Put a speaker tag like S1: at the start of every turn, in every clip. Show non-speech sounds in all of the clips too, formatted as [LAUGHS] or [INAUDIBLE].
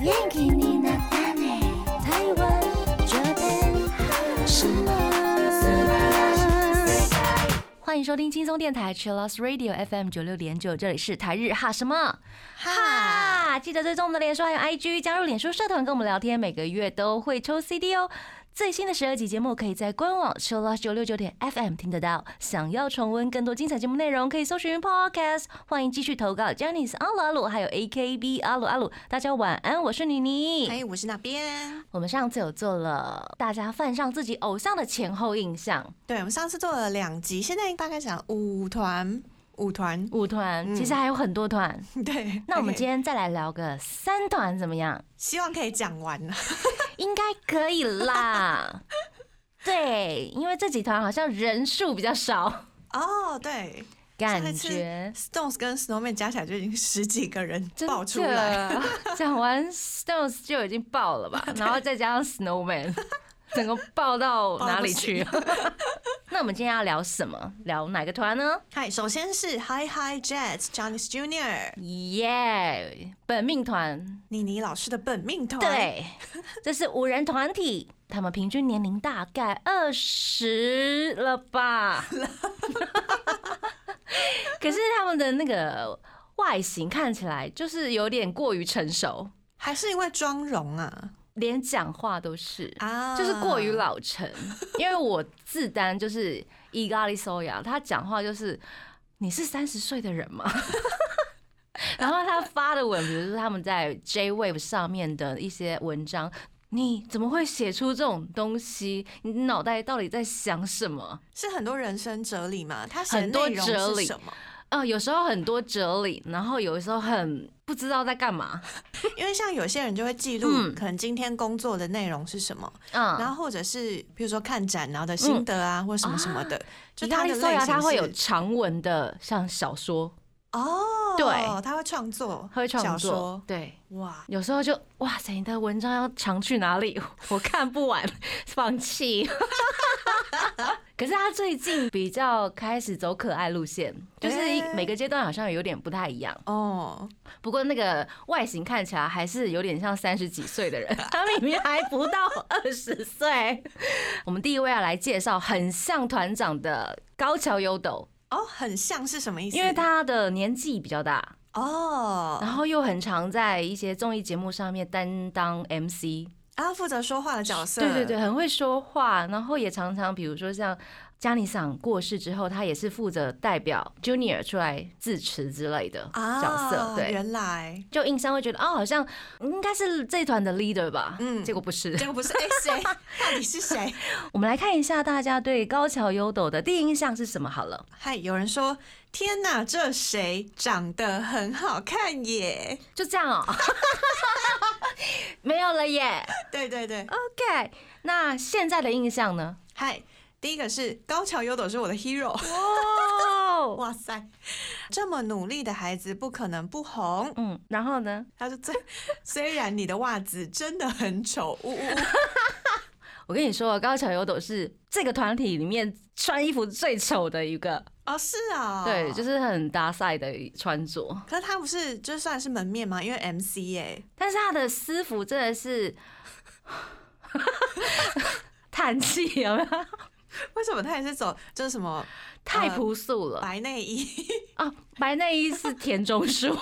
S1: 元気になったね台湾这边什么？
S2: 欢迎收听轻松电台 Chillus Radio FM 九六点九，这里是台日哈什么哈，记得追踪我们的脸书还有 IG，加入脸书社团跟我们聊天，每个月都会抽 CD 哦。最新的十二集节目可以在官网 Chillus 九六九点 FM 听得到。想要重温更多精彩节目内容，可以搜寻 Podcast。欢迎继续投稿 j a n i c e 阿鲁阿鲁，还有 AKB 阿鲁阿鲁。大家晚安，我是妮妮。
S3: 哎，我是那边。
S2: 我们上次有做了大家犯上自己偶像的前后印象，
S3: 对，我们上次做了两集，现在大概讲五团，五团，
S2: 舞团
S3: 嗯
S2: 其实还有很多团，
S3: [LAUGHS] 对。
S2: [LAUGHS] 那我们
S3: 可以
S2: 今天再来聊个三团怎么样？
S3: 希望可以讲完了。
S2: 应该可以
S3: [LAUGHS]
S2: 啦。对，因为这几团好像人数比较少，
S3: 哦，对
S2: 感
S3: 上一
S2: 觉
S3: 次，Stones 跟 Snowman 加起来就已经十几个人
S2: 真
S3: 爆出来，
S2: 的 [LAUGHS] 讲完 Stones 就已经爆了
S3: [LAUGHS]
S2: 吧，然后再加上 Snowman，整个爆到哪里去？ [LAUGHS] 那我们今天要聊什么？聊哪个团呢？
S3: 嗨，首先是 Hi Hi Jets Johnny's Junior，
S2: 耶、本命团，
S3: 妮妮老师的本命团。，
S2: 对，这是五人团体，他们平均年龄大概二十了吧？可是他们的那个外形看起来就是有点过于成熟，
S3: 还是因为妆容啊
S2: 连讲话都是。
S3: 啊，
S2: 就是过于老成，因为我自担就是伊咖喱收雅，他讲话就是你是三十岁的人吗？ [LAUGHS] 然后他发的文，比如说他们在 J Wave 上面的一些文章，你怎么会写出这种东西？你脑袋到底在想什么？
S3: 是很多人生哲理嘛，他写的
S2: 很多
S3: 内容
S2: 哲理
S3: 是什么？
S2: 呃，有时候很多哲理，然后有时候很不知道在干嘛。
S3: 因为像有些人就会记录
S2: 嗯，
S3: 可能今天工作的内容是什么，然
S2: 嗯，
S3: 后或者是比如说看展然后的心得啊，或者什么什么的，就
S2: 伊
S3: 他
S2: 咖
S3: 的
S2: 喱收
S3: 类
S2: 雅
S3: 型
S2: 他会有
S3: 是
S2: 长文的，像小说，
S3: 哦，
S2: 对
S3: 他会创作，
S2: 他会创
S3: 小
S2: 作
S3: 说，，
S2: 对。
S3: 哇，
S2: 有时候就哇塞，你的文章要长去哪里？ [LAUGHS] 我看不完， [LAUGHS] 放弃。 [LAUGHS] 可是他最近比较开始走可爱路线，就是一
S3: 欸
S2: 每个阶段好像有点不太一样。
S3: 哦，
S2: 不过那个外形看起来还是有点像三十几岁的人， [LAUGHS] 他明明还不到二十岁。我们第一位要来介绍很像团长的高桥优斗，
S3: 哦，很像是什么意思？
S2: 因为他的年纪比较大，然
S3: 哦，
S2: 后又很常在一些综艺节目上面担当 MC，
S3: 啊，负责说话的角色，
S2: 对对对，，很会说话，然后也常常比如说像加尼桑过世之后，他也是负责代表 Junior 出来致辞之类的
S3: 啊，
S2: 角色，对。
S3: 原来
S2: 就印象会觉得哦，好像应该是这一团的 leader 吧，嗯，
S3: 嗯
S2: 结果不是。
S3: 这个不是哎谁， [LAUGHS] 到底是谁？
S2: 我们来看一下大家对高桥优斗的第一印象是什么好了。
S3: 嗨，有人说，天哪，这谁长得很好看耶？
S2: 就这样哦， [LAUGHS] 没有了耶。
S3: 对对对，
S2: OK，那现在的印象呢？
S3: 嗨，第一个是高桥优斗是我的 hero。
S2: 哦，
S3: 哇塞，这么努力的孩子不可能不红。
S2: 嗯，然后呢？
S3: 他说这 [LAUGHS] 虽然你的袜子真的很丑，呜呜呜，
S2: 我跟你说，高桥优斗是这个团体里面穿衣服最丑的一个，
S3: 哦是啊、
S2: [LAUGHS] 对，就是很搭赛的穿着。
S3: 可是他不是就算是门面嘛，因为 MC 耶、
S2: 但是他的私服真的是 [LAUGHS] 叹气，有没有？
S3: 为什么他也是走就是什么
S2: 太朴素了
S3: 白
S2: [LAUGHS]
S3: 内衣，
S2: 啊！白内衣是田中树，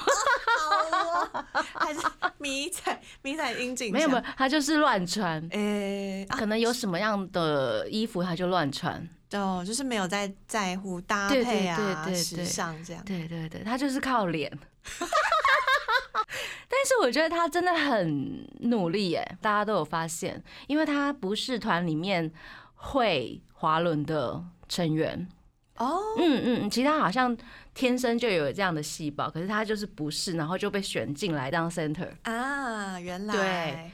S3: 还是迷彩迷彩樱井？
S2: 没有没有，，他就是乱穿，
S3: 诶、啊
S2: 可能有什么样的衣服他就乱穿。
S3: 哦，就是没有在在乎搭
S2: 对对
S3: 配啊，
S2: 对对对
S3: 时尚这样。
S2: 对对对，他就是靠脸。 [LAUGHS] 但是我觉得他真的很努力耶，大家都有发现，因为他不是团里面会滑轮的成员，
S3: 哦，
S2: 嗯嗯嗯，其他好像天生就有这样的细胞，可是他就是不是，然后就被选进来当 center。
S3: 啊，原来
S2: 对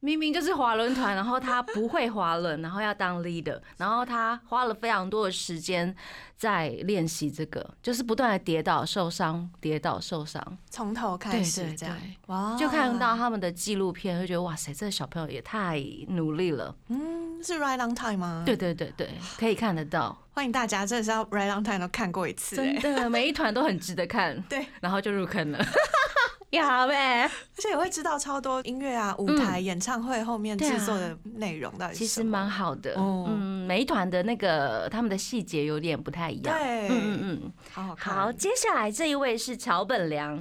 S2: 明明就是滑轮团，然后他不会滑轮，然后要当 leader，然后他花了非常多的时间在练习这个，就是不断的跌倒受伤，跌倒受伤。
S3: 从头开
S2: 对
S3: 始
S2: 对
S3: 这样
S2: 对
S3: 哇，
S2: 就看
S3: 哦
S2: 到他们的纪录片，就觉得哇塞，这小朋友也太努力了。
S3: 嗯是 right on time 吗？
S2: 对对对对，可以看得到，
S3: 欢迎大家，真的是要 right on time 都看过一次、
S2: 真
S3: 欸，
S2: 的每一团都很值得看。
S3: [LAUGHS] 对，
S2: 然后就入坑了。 [LAUGHS] 呀喂！
S3: 而且也会知道超多音乐啊、舞台、演唱会后面
S2: 嗯对啊
S3: 制作的内容到底
S2: 其
S3: 是
S2: 实
S3: 什
S2: 蛮
S3: 么。
S2: 好的，
S3: 哦
S2: 嗯，每一团的那个他们的细节有点不太一样，
S3: 对
S2: 嗯嗯嗯。
S3: 好好看。
S2: 好，接下来这一位是桥本良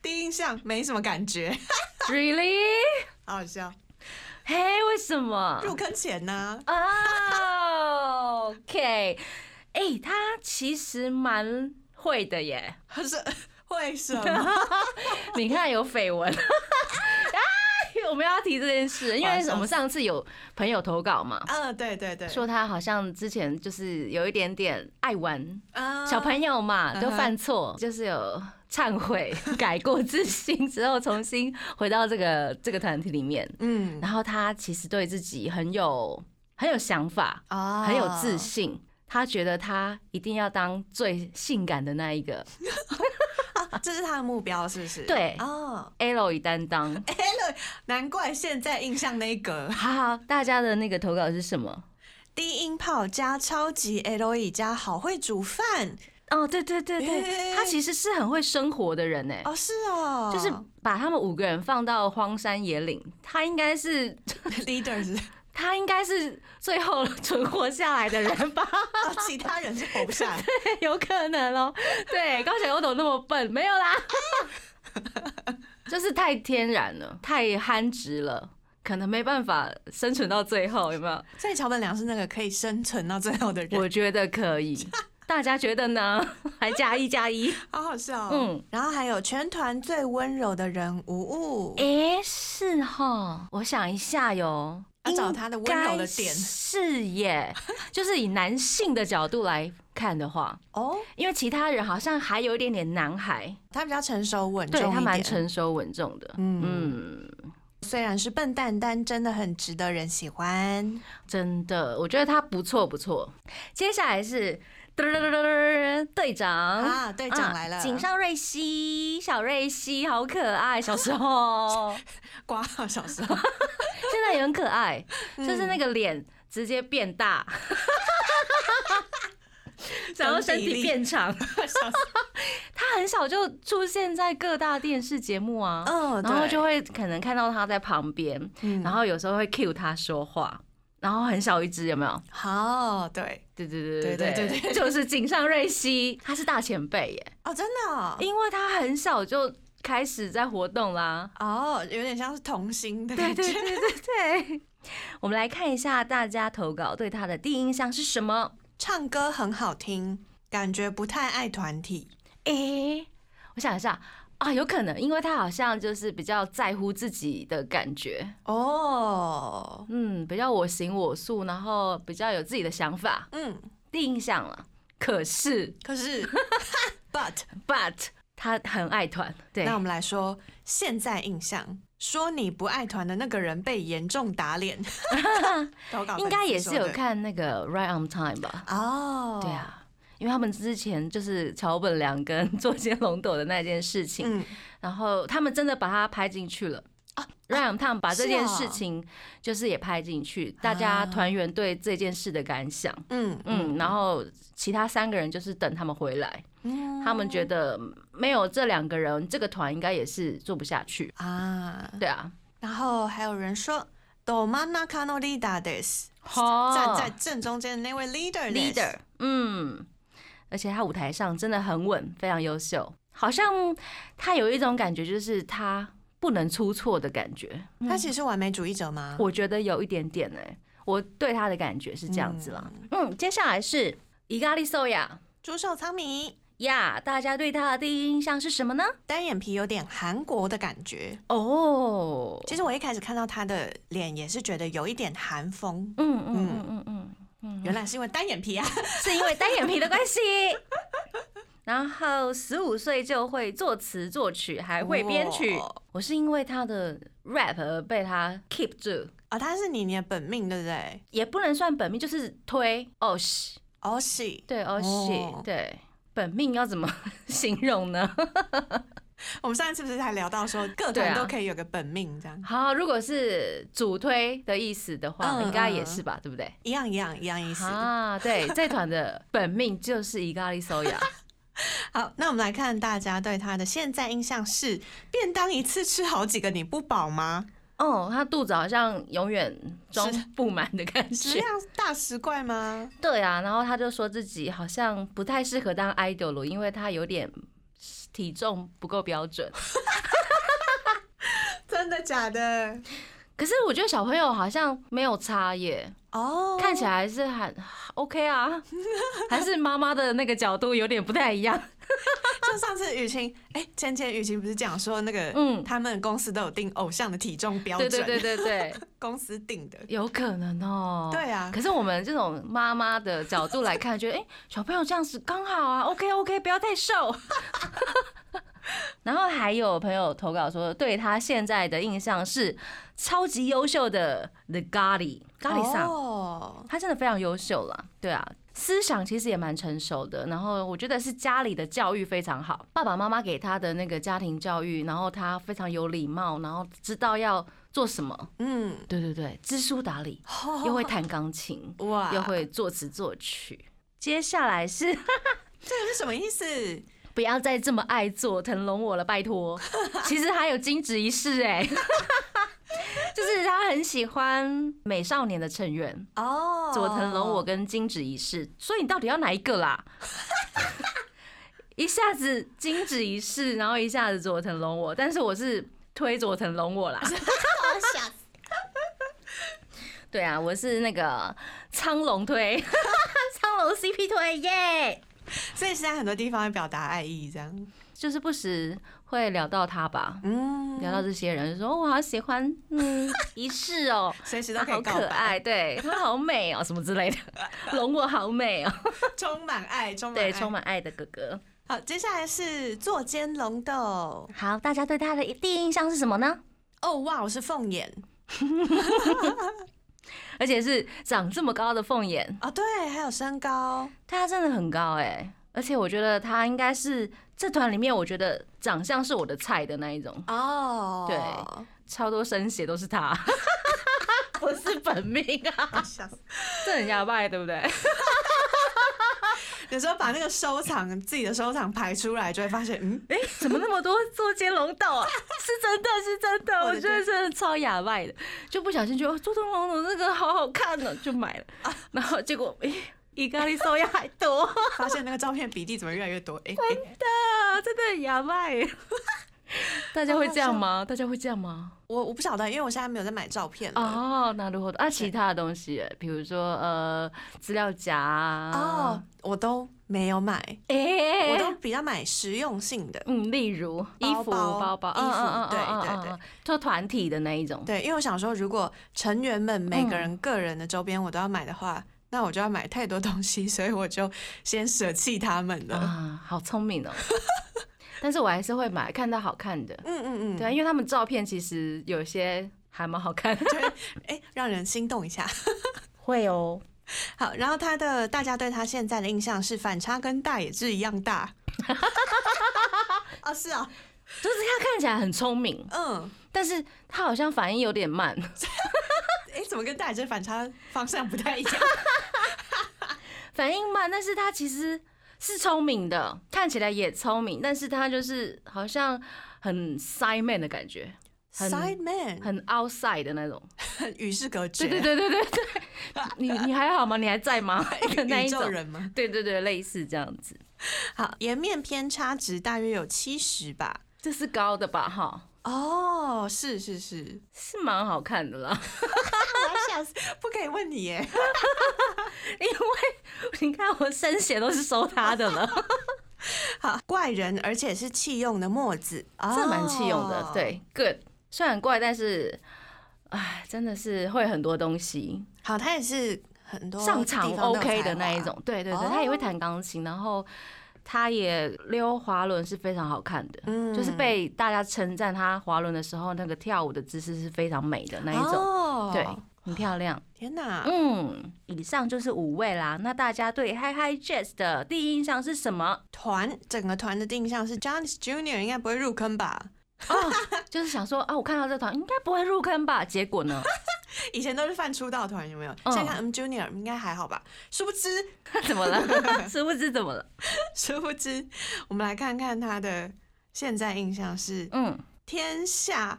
S3: 第一印象没什么感觉， [LAUGHS]
S2: ，Really？
S3: 好好笑。
S2: 嘿、为什么？
S3: 入坑前呢、
S2: 哦、o k 哎、他其实蛮会的耶。
S3: 他是 [LAUGHS] 为
S2: [LAUGHS]
S3: 什么？ [LAUGHS]
S2: 你看有绯闻。 [LAUGHS] 啊我们要提这件事，因
S3: 哇笑
S2: 为
S3: 死
S2: 我们上次有朋友投稿嘛，
S3: 嗯，对对对，
S2: 说他好像之前就是有一点点爱玩，
S3: 啊
S2: 小朋友嘛
S3: 嗯
S2: 都犯错，就是有忏悔、改过自新之后，重新回到这个 [LAUGHS] 这个团体里面。
S3: 嗯
S2: 然后他其实对自己很有很有想法，
S3: 啊
S2: 很有自，信。他觉得他一定要当最性感的那一个
S3: 这是他的目标，是不是？
S2: 对
S3: 哦，
S2: L 以担当。
S3: 哎难怪现在印象那一格，
S2: 好好，大家的那个投稿是什么？
S3: 低音炮加超级 L E 加好会煮饭
S2: 哦，对对对对，
S3: 诶
S2: 他其实是很会生活的人呢。欸
S3: 哦，是 [LAUGHS] 哦，
S2: 就是把他们五个人放到荒山野岭，他应该是 [LAUGHS]
S3: leader 是，
S2: 他应该是最后 [LAUGHS] 存活下来的人吧？ [LAUGHS]
S3: 哦其他人 [LAUGHS] 是活不下来，
S2: 有可能哦。对，高晓优斗那么笨，没有啦，就是太天然了，太憨直了，可能没办法生存到最后，有没有？
S3: 所以桥本良是那个可以生存到最后的人，
S2: 我觉得可以，大家觉得呢？还加一加一？
S3: 好好笑、哦。
S2: 嗯
S3: 嗯，然后还有全团最温柔的人无误，
S2: 诶，是哈，我想一下哟。
S3: 要找他的温柔的
S2: 应该
S3: 点
S2: 是
S3: [LAUGHS]
S2: 耶，就是以男性的角度来看的话，
S3: 哦，
S2: 因为其他人好像还有一点点男孩，
S3: 他比较成熟稳重
S2: 对
S3: 一点，
S2: 他蛮成熟稳重的，嗯。
S3: 虽然是笨蛋，但真的很值得人喜欢。
S2: 真的，我觉得他不错不错。接下来是嘚嘚嘚嘚嘚队长
S3: 啊队长
S2: 啊
S3: 来了
S2: 井上瑞希，小瑞希好可爱，小时
S3: [LAUGHS]
S2: 候
S3: 瓜小时
S2: [LAUGHS]
S3: 候，
S2: 现在也很可爱，
S3: 嗯
S2: 就是那个脸直接变
S3: [LAUGHS]
S2: 大。然后身
S3: 比
S2: 体
S3: 例
S2: 变
S3: [LAUGHS]
S2: 长，
S3: 小时
S2: [LAUGHS] 他很小就出现在各大电视节目啊，
S3: 嗯
S2: 然后
S3: 对
S2: 就会可能看到他在旁边，
S3: 嗯
S2: 然后有时候会 cue 他说话，然后很小一只，有没有？
S3: 好哦对
S2: 对对对
S3: 对对
S2: 对
S3: 对对
S2: 就是井上瑞希，他是大前辈耶，
S3: 哦，真的哦
S2: 因为他很小就开始在活动啦。
S3: 哦，有点像是童星的感觉。
S2: 对对对， [LAUGHS] 我们来看一下大家投稿对他的第一印象是什么？
S3: 唱歌很好听，感觉不太爱团体。
S2: 诶、我想一下啊，有可能，因为他好像就是比较在乎自己的感觉，
S3: 哦，
S2: 嗯，比较我行我素，然后比较有自己的想法，
S3: 嗯，
S2: 第一印象了。可是 [LAUGHS]
S3: 可是，but，
S2: ，but 他很爱团，对，
S3: 那我们来说现在印象，说你不爱团的那个人被严重打
S2: [LAUGHS]
S3: 脸，投稿粉丝
S2: 应该也是有
S3: 说的
S2: 看那个 Right on Time 吧？
S3: 哦，
S2: 对，啊，因为他们之前就是桥本良跟 [LAUGHS] 做间龙斗的那件事情，
S3: 嗯，
S2: 然后他们真的把它拍进去了。让他们把这件事情就是也拍进去，大家团员对这件事的感想，
S3: 嗯
S2: 嗯，然后其他三个人就是等他们回来，
S3: 嗯
S2: 他们觉得没有这两个人，这个团应该也是做不下去，
S3: 啊，
S2: 对啊，
S3: 然后还有人说。Do mana kano leader des，
S2: 好
S3: 站在正中间的那位 leader des
S2: 哦 leader，嗯，而且他舞台上真的很稳，非常优秀，好像他有一种感觉，就是他不能出错的感觉。
S3: 他其实是完美主义者吗？
S2: 我觉得有一点点哎、我对他的感觉是这样子啦。嗯，接下来是伊咖喱寿呀
S3: 猪手仓米
S2: 呀，大家对他的第一印象是什么呢？
S3: 单眼皮有点韩国的感觉。
S2: 哦，
S3: 其实我一开始看到他的脸也是觉得有一点韩风，
S2: 嗯嗯嗯嗯嗯，
S3: 原来是因为单眼皮啊。
S2: 是因为单眼皮的关系。然后十五岁就会作词作曲，还会编曲
S3: 哇。
S2: 我是因为他的 rap 而被他 keep 住，
S3: [LAUGHS] 哦，他是你你的本命对不对？
S2: 也不能算本命，就是推哦西，
S3: 哦，是，
S2: 对哦
S3: 哦
S2: 西，对。本命要怎么 [LAUGHS] 形容呢？
S3: 我们上一次不是还聊到说各
S2: 对啊
S3: 团都可以有个本命这样，
S2: 好，如果是主推的意思的话，
S3: 嗯
S2: 应该也是吧，对不对？
S3: 一样一样一样意思。 [LAUGHS]
S2: 啊，对，这团的本命就是伊咖喱 soya，
S3: 好，那我们来看大家对他的现在印象是：便当一次吃好几个，你不饱吗？
S2: 哦，他肚子好像永远装
S3: 是
S2: 不满的感
S3: 食
S2: 觉
S3: 量。大食怪吗？
S2: 对啊，然后他就说自己好像不太适合当 idol 了，因为他有点体重不够标
S3: [LAUGHS]
S2: 准。
S3: 真的假的？
S2: 可是我觉得小朋友好像没有差耶，
S3: 哦，
S2: 看起来是很 OK 啊，还是妈妈的那个角度有点不太一样。
S3: 就上次雨晴，哎、芊芊雨晴不是讲说那个，
S2: 嗯
S3: 嗯，他们公司都有定偶像的体重标
S2: 对
S3: 准， [LAUGHS]
S2: 对对对对，
S3: 公司定的。
S2: 有可能哦、
S3: 对啊
S2: 可是我们这种妈妈的角度来看，觉得哎、诶小朋友这样子刚好啊，OK OK，不要太瘦。 [LAUGHS] 然后还有朋友投稿说，对他现在的印象是超级优秀的 The Gali 咖喱上，
S3: 哦，
S2: 他真的非常优秀了，对啊，思想其实也蛮成熟的。然后我觉得是家里的教育非常好，爸爸妈妈给他的那个家庭教育，然后他非常有礼貌，然后知道要做什么，
S3: 嗯，
S2: 对对对，知书达理，又会弹钢琴，
S3: 哦哇，
S2: 又会作词作曲。接下来是 [LAUGHS]
S3: 这个是什么意思？
S2: 不要再这么爱做腾龙我了，拜托。其实还有金指一世哎、 [LAUGHS] 就是他很喜欢美少年的成员
S3: 哦，
S2: 佐藤龙我跟金指一世，所以你到底要哪一个啦？ [LAUGHS] 一下子金指一世，然后一下子佐藤龙我，但是我是推佐藤龙我啦。 [LAUGHS]
S1: 吓死！
S2: 对啊，我是那个苍龙推，苍龙 CP 推耶
S3: 所以是在很多地方会表达爱意，这样，
S2: 就是不时会聊到他吧，
S3: 嗯，
S2: 聊到这些人，就说哦我好喜欢，嗯，一世 [LAUGHS] 哦，
S3: 随时都
S2: 他
S3: 啊可以
S2: 好
S3: 告
S2: 可
S3: 白，
S2: 爱，对他好美哦，什么之类的，龙我好美哦，
S3: [LAUGHS] 充满爱，充满
S2: 对，
S3: 爱
S2: 充满爱的哥哥。
S3: 好，接下来是坐间龙豆。
S2: 好，大家对他的第一印象是什么呢？
S3: 哦，哇，我是凤眼
S2: [LAUGHS] 而且是长这么高的凤眼，
S3: 哦，对，还有身高，
S2: 他真的很高哎、而且我觉得他应该是这团里面，我觉得长相是我的菜的那一种。
S3: 哦，
S2: 对超多生写都是他， [LAUGHS] 不是本命啊，
S3: 吓 [LAUGHS] 死！
S2: 这很牙败，对不对？
S3: 有时候把那个收藏自己的收藏排出来，就会发现，嗯，
S2: 哎、怎么那么多做接龙斗啊？ [LAUGHS] 是真的，是真的，我
S3: 我的
S2: 觉得真的超哑巴的，就不小心觉得哦做灯笼的那个好好看呢、就买了，然后结果哎。意大利烧鸭还多 [LAUGHS] 啊，
S3: 发现那个照片比例怎么越来越多？哎、 [LAUGHS] 哎
S2: 真的很哑巴耶。 [LAUGHS] 大家会这样吗？大家会这样吗？
S3: 我我不晓得，因为我现在没有在买照片了。
S2: 哦，那如何？啊，其他的东西耶，比如说呃，资料夹啊
S3: 哦，，我都没有买，
S2: 哎、
S3: 我都比较买实用性的。
S2: 嗯，例如衣服、
S3: 包
S2: 包包、
S3: 衣服
S2: 嗯
S3: 对，
S2: 嗯嗯
S3: 对
S2: 嗯嗯嗯就团体的那一种。
S3: 对，因为我想说，如果成员们每个人个人的周边我都要买的话，那我就要买太多东西，所以我就先舍弃他们了。
S2: 啊，好聪明哦！ [LAUGHS] 但是我还是会买，看到好看的。
S3: 嗯嗯嗯，
S2: 对啊，因为他们照片其实有些还蛮好看的。 [LAUGHS]
S3: 对，哎、让人心动一下。 [LAUGHS]
S2: 会哦，
S3: 好，然后他的大家对他现在的印象是反差跟大野智一
S2: [LAUGHS]
S3: 样大。哦，是啊，
S2: 就是他看起来很聪明，
S3: 嗯，
S2: 但是他好像反应有点慢。 [LAUGHS]
S3: 哎、怎么跟大野智反差方向不太一样？
S2: 反应慢，但是他其实是聪明的，看起来也聪明，但是他就是好像很 side man 的感觉，很
S3: Side man
S2: 很 outside 的那种。
S3: 很与世隔绝，
S2: 对对对对对对， [LAUGHS] 你你还好吗？你还在
S3: [LAUGHS]
S2: 吗？那
S3: 宇
S2: 一
S3: 宙
S2: 种，
S3: 人吗？
S2: 对对对，类似这样子，
S3: 好，颜面偏差值大约有七十吧。
S2: 这是高的吧？哈，
S3: 哦，是是是，
S2: 是蛮好看的啦。
S3: 我要笑死， [LAUGHS] 不可以问你耶。
S2: 因为你看我生写都是收他的了，
S3: 好，怪人，而且是弃用的墨子，
S2: 这蛮气用的
S3: 哦。，
S2: 对，good，虽然怪，但是。哎，真的是会很多东西，
S3: 好，他也是很多
S2: 上场
S3: 哦地方都有
S2: OK 的
S3: 才华
S2: 那一种。，对对对，
S3: 哦
S2: 他也会弹钢琴，然后他也溜滑轮是非常好看的，
S3: 嗯
S2: 就是被大家称赞他滑轮的时候那个跳舞的姿势是非常美的那一种。
S3: 哦啊
S2: 对，很漂亮。
S3: 天哪，
S2: 嗯，以上就是五位啦。那大家对嗨嗨 Jazz 的第一印象是什么？
S3: 团整个团的定向是 Johnny Junior，应该不会入坑吧？
S2: [LAUGHS] 哦，就是想说啊，我看到这团应该不会入坑吧？结果呢？ [LAUGHS]
S3: 以前都是犯出道团，有没有？
S2: 嗯
S3: 现在看 M Junior 应该还好吧？殊不知， [LAUGHS]
S2: 怎么了？殊不知怎么了？
S3: 殊不知，我们来看看他的现在印象是
S2: 嗯，
S3: 天下，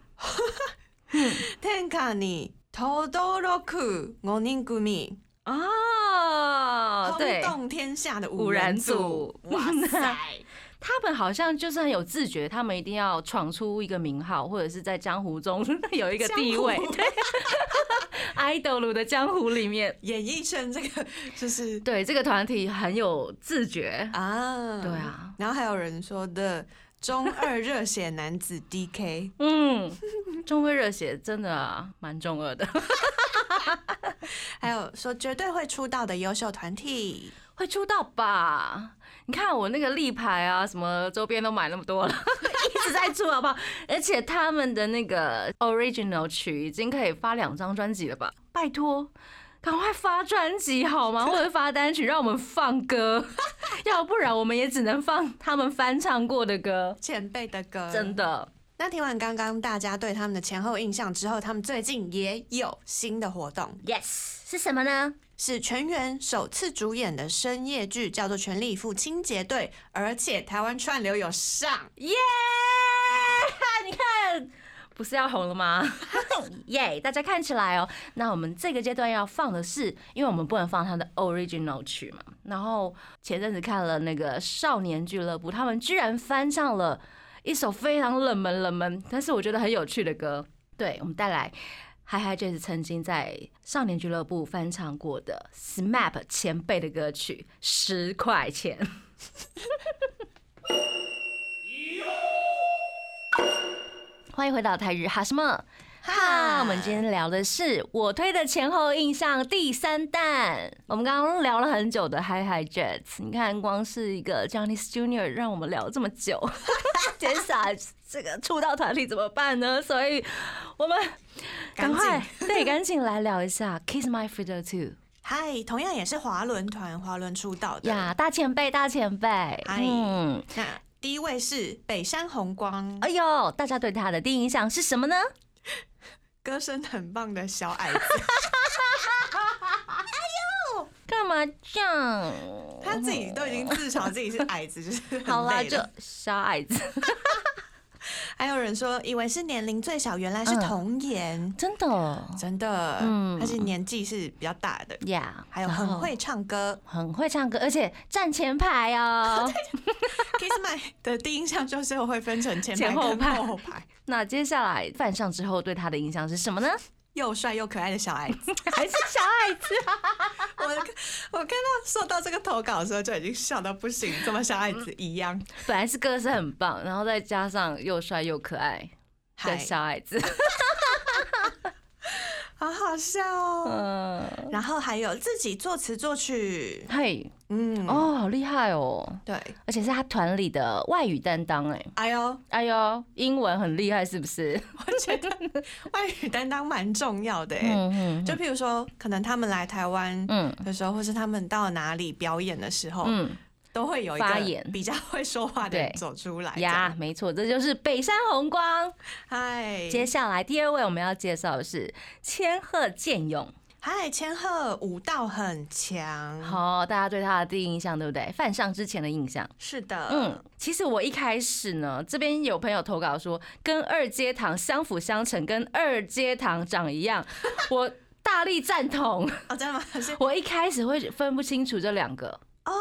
S3: 天下に轟く五人組，
S2: 哦，
S3: 轰
S2: 对，
S3: 动天下的
S2: 五
S3: 五
S2: 人
S3: 人
S2: 组
S3: 组，哇
S2: [LAUGHS]
S3: 塞！
S2: 他们好像就是很有自觉，他们一定要闯出一个名号，或者是在江湖中 [LAUGHS] 有一个地位
S3: 江湖，
S2: 对 [LAUGHS] ，idol 的江湖里面，
S3: 演艺圈这个就是
S2: 对这个团体很有自觉，
S3: 啊，
S2: 对啊。
S3: 然后还有人说的中二热血男子 DK，
S2: 嗯，中威热血真的蛮中二的，
S3: 还有说绝对会出道的优秀团体，
S2: 会出道吧？你看我那个立牌啊，什么周边都买那么多了， [LAUGHS] 一直在出，好不好？而且他们的那个 original 曲已经可以发两张专辑了吧？拜托，赶快发专辑好 [LAUGHS] 吗？或者发单曲，让我们放 [LAUGHS] 歌，要不然我们也只能放他们翻唱过的歌。
S3: 前辈的歌，
S2: 真。的，
S3: 那听完刚刚大家对他们的前后印象之后，他们最近也有新的活动，
S2: Yes 是什么呢？
S3: 是全员首次主演的深夜剧，叫做《全力以赴清洁队》，而且台湾串流有上。
S2: 耶、你看，不是要红了吗？ [LAUGHS] 耶、大家看起来哦。那我们这个阶段要放的是，因为我们不能放他的 original 曲嘛。然后前阵子看了那个《少年俱乐部》，他们居然翻唱了一首非常冷门冷门，但是我觉得很有趣的歌。对，我们带来。嗨嗨 Jazz 曾经在少年俱乐部翻唱过的 SMAP 前辈的歌曲《十块钱》。 [LAUGHS] 欢迎回到台日哈什么哈，我们今天聊的是我推的前后印象第三弹。我们刚刚聊了很久的 Hi Hi Jets，你看光是一个 Johnny Junior 让我们聊这么久， [LAUGHS] 天傻这个出道团体怎么办呢？所以我们赶快 [LAUGHS]
S3: 赶
S2: 对赶紧来聊一下 Kiss My Freedom Too
S3: 嗨，同样也是华伦团，华伦出道的。
S2: 呀，大前辈大前辈，
S3: 嗨
S2: 嗯，
S3: 那第一位是北山红光，
S2: 哎呦，大家对他的第一印象是什么呢？
S3: 歌声很棒的小矮子，
S2: [LAUGHS] 干嘛这样？
S3: 他自己都已经自嘲自己是矮子，就是很
S2: 哦好啦，
S3: 累
S2: 就
S3: 了
S2: 小矮子，
S3: 还有人说以为是年龄最小，原来是
S2: 嗯
S3: 童颜，
S2: 真的哦
S3: 真的，
S2: 嗯
S3: 而且年纪是比较大的，
S2: 呀
S3: 还有
S2: 然
S3: 很
S2: 后
S3: 会唱歌。
S2: 很会唱歌，而且站前排
S3: [LAUGHS]
S2: 哦。[LAUGHS]
S3: Kiss My 的第一印象就是我会分成前排
S2: 前后
S3: 跟
S2: 排
S3: 后排，
S2: 那接下来犯上之后对他的影响是什么呢？
S3: 又帅又可爱的小矮子。
S2: 还是小矮子？
S3: [LAUGHS] 我我看到收到这个投稿的时候就已经笑到不行，这么小矮子一
S2: [LAUGHS]
S3: 样。
S2: 本来是歌声很棒，然后再加上又帅又可爱的
S3: 嗨，
S2: 小矮
S3: [LAUGHS]
S2: 子，
S3: 好好笑哦。
S2: 嗯，
S3: 然后还有自己作词作曲，
S2: 嘿，
S3: 嗯，
S2: 哦，好厉害哦！
S3: 对，
S2: 而且是他团里的外语担当，哎，
S3: 哎呦，
S2: 哎呦，英文很厉害是不是？
S3: 我觉得外语担当蛮重要的哎。
S2: 嗯
S3: 就譬如说，可能他们来台湾
S2: 嗯
S3: 的时候，或是他们到哪里表演的时候，
S2: 嗯
S3: 都会有一个
S2: 发言
S3: 比较会说话的人
S2: 对
S3: 走出来。
S2: 呀，，没错，这就是北山红光。
S3: 哎嗨，
S2: 接下来第二位我们要介绍的是千鹤健勇。
S3: 嗨，千鹤舞蹈很强，
S2: 好，大家对他的第一印象对不对？犯上之前的印象。
S3: 是的，
S2: 嗯，其实我一开始呢，这边有朋友投稿说，跟二阶堂相辅相成，跟二阶堂长一样， [LAUGHS] 我大力赞同。 [LAUGHS]
S3: 哦，真的吗？是
S2: 我一开始会分不清楚这两个
S3: 哦，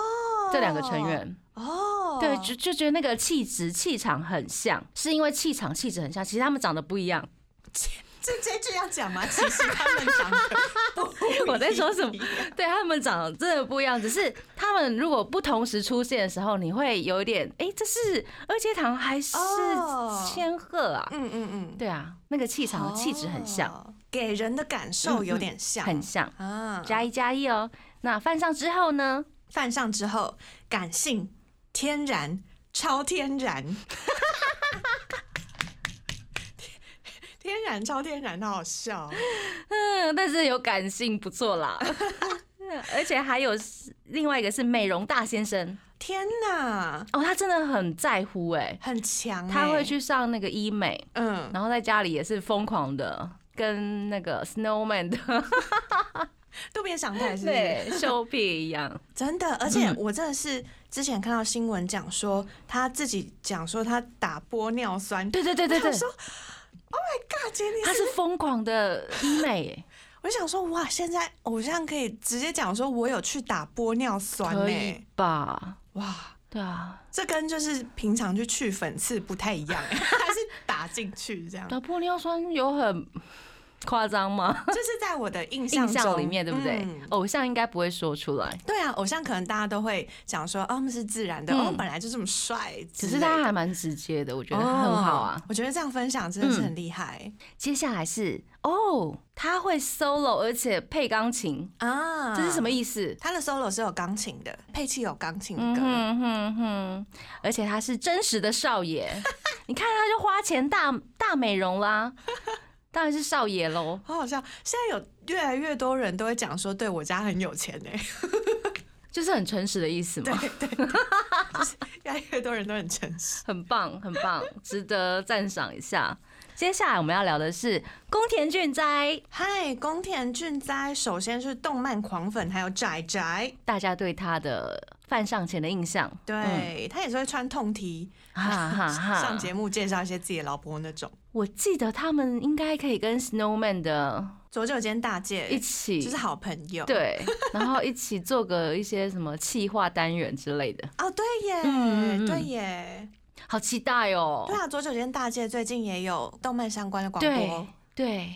S2: 这两个成员，
S3: 哦，
S2: 对，就就觉得那个气质气场很像，是因为气场气质很像，其实他们长得不一
S3: [LAUGHS]
S2: 样。
S3: 这这句要讲吗？其实他们长得不一
S2: [LAUGHS]
S3: 样
S2: 我在说
S3: [LAUGHS]
S2: 什么？对他们长得真的不一样，只是他们如果不同时出现的时候，你会有一点，哎、这是二阶堂还是
S3: 哦
S2: 千鹤啊？
S3: 嗯嗯嗯，
S2: 对啊，那个气场气质很像，
S3: 哦，给人的感受有点像，
S2: 很像。
S3: 啊。
S2: 加一加一哦。那犯上之后呢？
S3: 犯上之后，感性、天然、超天然。 [LAUGHS] 天然超天然，好好笑哦、
S2: 嗯，但是有感性，不错啦。 [LAUGHS] 而且还有另外一个是美容大先生
S3: 天哪，
S2: 哦，他真的很在乎哎、
S3: 很强、欸！
S2: 他会，去上那个医美，
S3: 嗯，
S2: 然后在家里也是疯狂的跟那个 Snowman 的
S3: 渡边翔太是不是
S2: 对 [LAUGHS] 秀皮一样，
S3: 真的，而且
S2: 嗯
S3: 我真的是之前看到新闻讲说他自己讲说他打玻尿酸，
S2: 对对对对
S3: 我
S2: 对，
S3: 想说，Oh my God，姐你
S2: 他
S3: 是
S2: 是疯狂的医美耶，
S3: 我想说，哇，现在偶像可以直接讲说，我有去打玻尿酸呢、
S2: 可以吧？
S3: 哇，
S2: 对啊，
S3: 这跟就是平常去去粉刺不太一
S2: [LAUGHS]
S3: 样、欸，还是打进去这样。
S2: 打玻尿酸有很夸张吗？
S3: 这是在我的印象
S2: 印
S3: 中
S2: 象里面对不对
S3: 嗯？
S2: 偶像应该不会说出来，
S3: 对啊，偶像可能大家都会讲说，哦，他们是自然的，
S2: 嗯
S3: 哦，本来就这么帅
S2: 只
S3: 之类的，
S2: 是他还蛮直接的，我觉得很好啊嗯
S3: 哦。我觉得这样分享真的是很厉害、
S2: 接下来是哦，他会 solo，而且配钢琴，
S3: 啊！
S2: 这是什么？意思？
S3: 他的 solo 是有钢琴的，配器有钢琴
S2: 嗯
S3: 歌，
S2: 哼哼哼，而且他是真实的少
S3: [LAUGHS]
S2: 爷，你看他就花钱大大美容啦，当然是少爷喽。
S3: 好好笑。现在有越来越多人都会讲说，对我家很有钱呢、欸
S2: [LAUGHS] 就是很诚实的意思嘛，
S3: 越来越多人都很诚实。
S2: 很棒，很棒，值得赞赏一下。接下来我们要聊的是宫田俊哉，
S3: 嗨，宫田俊哉，首先是动漫狂粉，还有宅宅，
S2: 大家对他的犯上前的印象，嗯
S3: 对、他也是会穿痛 T
S2: 哈哈哈。
S3: 上节目介绍一些自己的老婆那种。
S2: 我记得他们应该可以跟 Snowman 的
S3: 左九间大
S2: 一
S3: 介
S2: 起，
S3: 就是好朋友，
S2: 对，然后一起做个一些什么企划单元之类的，
S3: 哦，对耶，
S2: 嗯嗯嗯
S3: 对耶，
S2: 好期待哦、
S3: 对啊，左九间大介最近也有动漫相关的广
S2: 对
S3: 播， [LAUGHS]
S2: 对，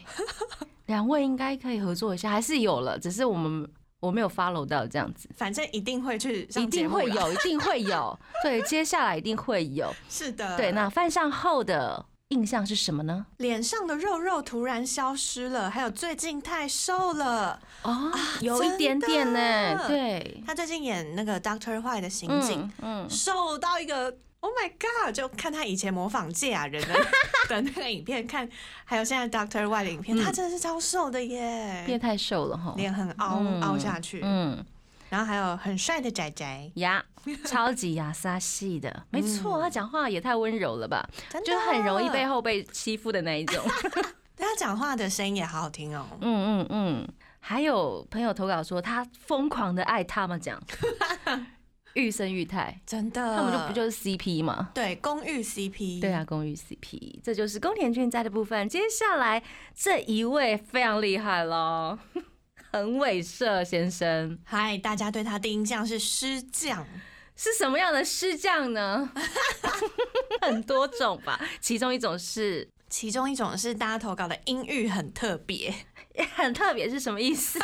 S2: 两位应该可以合作一下，还是有了，只是我们我没有 follow 到这样子。
S3: 反正一定会去上
S2: 一
S3: 节
S2: 定
S3: 目啦，啊
S2: 会有， [LAUGHS] 一定会有。对，接下来一定会有。
S3: 是的，
S2: 对，那犯上后的印象是什么呢？
S3: 脸上的肉肉突然消失了，还有最近太瘦了，
S2: 哦，有一点点
S3: 啊真
S2: 呢。
S3: 的
S2: 对，
S3: 他最近演那个 Doctor Why 的刑警，
S2: 嗯嗯，
S3: 瘦到一个，Oh my God！就看他以前模仿芥
S2: [LAUGHS]
S3: 雅人的的那个影片，看还有现在 Doctor Y 的影
S2: 嗯
S3: 片，他真的是超瘦的耶
S2: 变，太瘦了哈。
S3: 脸很凹
S2: 嗯
S3: 凹下去，
S2: 嗯，
S3: 然后还有很帅的仔仔，
S2: 牙超级牙撒系的，
S3: [LAUGHS]
S2: 没错，他讲话也太温柔了吧，
S3: 真的
S2: 就很容易被。后辈欺负的那一种。
S3: 对他讲话的声音也好好听哦，
S2: [LAUGHS] 嗯嗯嗯，还有朋友投稿说他疯狂的爱他们
S3: [LAUGHS]
S2: 讲，欲生欲泰，
S3: 真的。
S2: 他们就不就是 CP 吗？
S3: 对公寓 CP？
S2: 对，啊，公寓 CP，这就是宫田俊哉的部分。接下来这一位非常厉害喽， [LAUGHS] 横尾社先生
S3: 嗨，大家对他第一印象是师匠，
S2: 是什么样的师匠呢？ [LAUGHS] 很多种吧，其中一种是
S3: 其中一种是大家投稿的音域很特别， [LAUGHS]
S2: 很特别，是什么意思？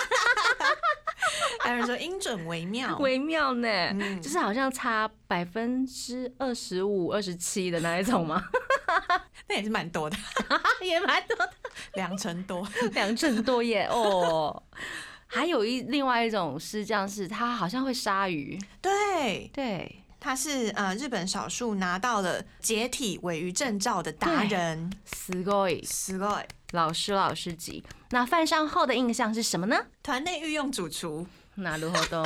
S3: 还有人说音准微妙，
S2: 微妙呢，
S3: 嗯
S2: 就是好像差百分之二十五、二十七的那一种吗？ [LAUGHS]
S3: 那也是蛮多的，
S2: 也蛮多的，
S3: 两成多。
S2: 两成多耶哦。还有一另外一种师匠是他好像会杀鱼，
S3: [LAUGHS] 对，
S2: 对。
S3: 他是呃日本少数拿到了解体尾鱼证照的达人，
S2: すごい，
S3: すごい
S2: 老师老师级。那犯上后的印象是什么呢？
S3: 团内御用主厨，
S2: 那如何 [LAUGHS] 都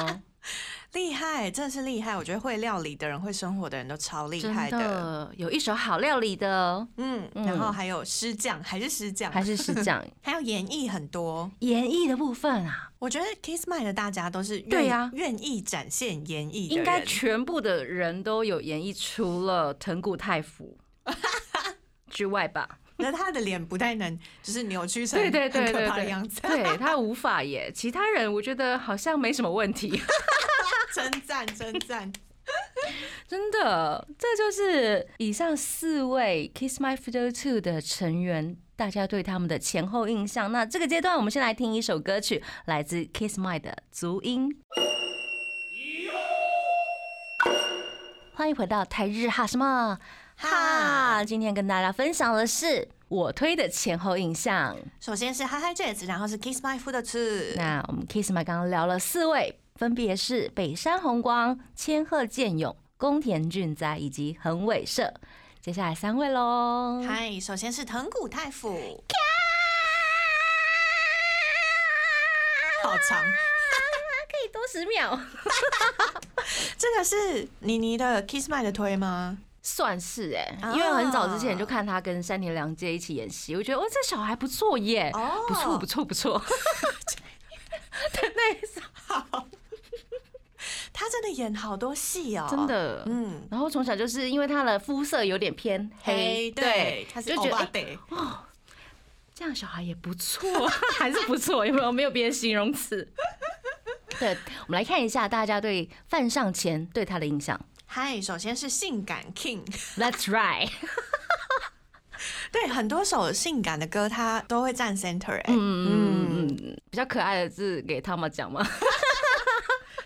S3: 厉害，真的是厉害！我觉得会料理的人、会生活的人都超厉
S2: 真
S3: 害的。
S2: 的有一手好料理的，
S3: 嗯，然后还有师匠，还是师匠，
S2: 还是师匠
S3: 还有演绎很多。
S2: [LAUGHS] 演绎的部分啊，
S3: 我觉得 Kiss My 的大家都是愿
S2: 对呀
S3: 愿意展现演绎的
S2: 应该
S3: 人，
S2: 全部的人都有演绎，除了藤谷太 [LAUGHS] 辅之外吧。
S3: 那他的脸不太能就是扭曲成
S2: 对对对
S3: 很可
S2: 对
S3: 怕的
S2: 对
S3: 样，子， [LAUGHS]
S2: 对他无法耶。其他人我觉得好像没什么问题，
S3: 称赞称
S2: [LAUGHS]
S3: 赞。
S2: 真的。这就是以上四位 Kiss My Fiddle Two 的成员，大家对他们的前后印象。那这个阶段，我们先来听一首歌曲，来自 Kiss My 的《足音》。欢迎回到台日哈什么哈？
S3: 哈
S2: 今天跟大家分享的是我推的前后印象。
S3: 首先是 Hi Hi Jazz，然后是 Kiss My Food 吃。
S2: 那我们 Kiss My 刚刚聊了四位，分别是北山红光、千鹤健勇、宫田俊哉以及横尾社。接下来三位喽，
S3: 嗨，首先是藤谷太辅，好长，
S2: 可以多十秒，
S3: 这个是妮妮的 Kiss My 的推吗？
S2: 算是哎、
S3: 啊
S2: 因为很早之前就看他跟山田凉介一起演戏，我觉得哦，这小孩不错耶，
S3: 哦
S2: 不错不错不
S3: [LAUGHS]
S2: 错。
S3: 他真的演好多戏哦，
S2: 真，的。
S3: 嗯，
S2: 然后从小就是因为他的肤色有点偏黑，
S3: 对，他是
S2: 就觉
S3: 欧
S2: 得、
S3: 巴
S2: 哎，
S3: 得，
S2: 这样小孩也不错， [LAUGHS] 还是不错，有没有没有别的形容词？ [LAUGHS] 对，我们来看一下大家对犯上前对他的印象。
S3: 嗨，首先是性感 King，
S2: That's right，
S3: 对，很多首性感的歌他都会站 center，哎、
S2: 嗯嗯嗯，比较可爱的字给他们讲嘛，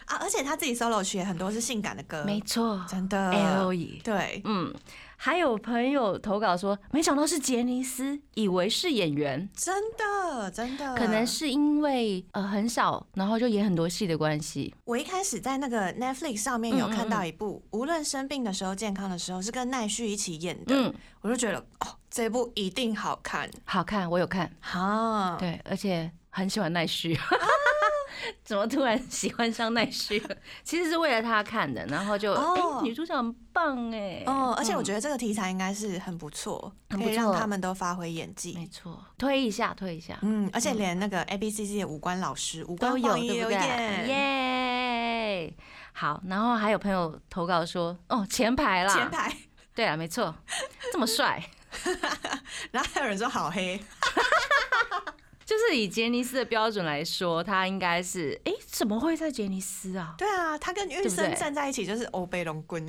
S3: 啊，而且他自己 solo 曲也很多是性感的歌，
S2: 没错
S3: 真的
S2: ，L E。
S3: 对，
S2: 嗯，还有朋友投稿说，没想到是杰尼斯，以为是演员，
S3: 真的真的，
S2: 可能是因为呃很少，然后就演很多戏的关系。
S3: 我一开始在那个 Netflix 上
S2: 嗯
S3: 面有看到一部，无论生病的时候、健康的时候，是跟奈绪一起演的，
S2: 嗯，
S3: 我就觉得哦，这部一定好看
S2: 好看，我有看，
S3: 哈。
S2: 对，而且很喜欢奈绪。 [LAUGHS] 怎么突然喜欢上奈绪了？ [LAUGHS] 其实是为了他看的，然后就哎、
S3: 哦
S2: 女主角很棒哎、
S3: 哦，而且我觉得这个题材应该是很不错，
S2: 很不
S3: 可以让
S2: 错
S3: 他们都发挥演
S2: 没
S3: 技。
S2: 错，推一下推一下，
S3: 嗯，而且连那个 A B C C 的五官老师、五
S2: 都
S3: 官
S2: 有
S3: 黄也
S2: 对不对？
S3: 有演，
S2: 耶、好，然后还有朋友投稿说，哦，前排啦，
S3: 前，排，
S2: 对啊，没错，这么
S3: [LAUGHS]
S2: 帅，
S3: 然后还有人说好黑，
S2: 就是以杰尼斯的标准来说，他应该是，哎、怎么会在杰尼斯啊？
S3: 对啊，他跟玉
S2: 不对
S3: 生站在一起就是欧贝龙棍，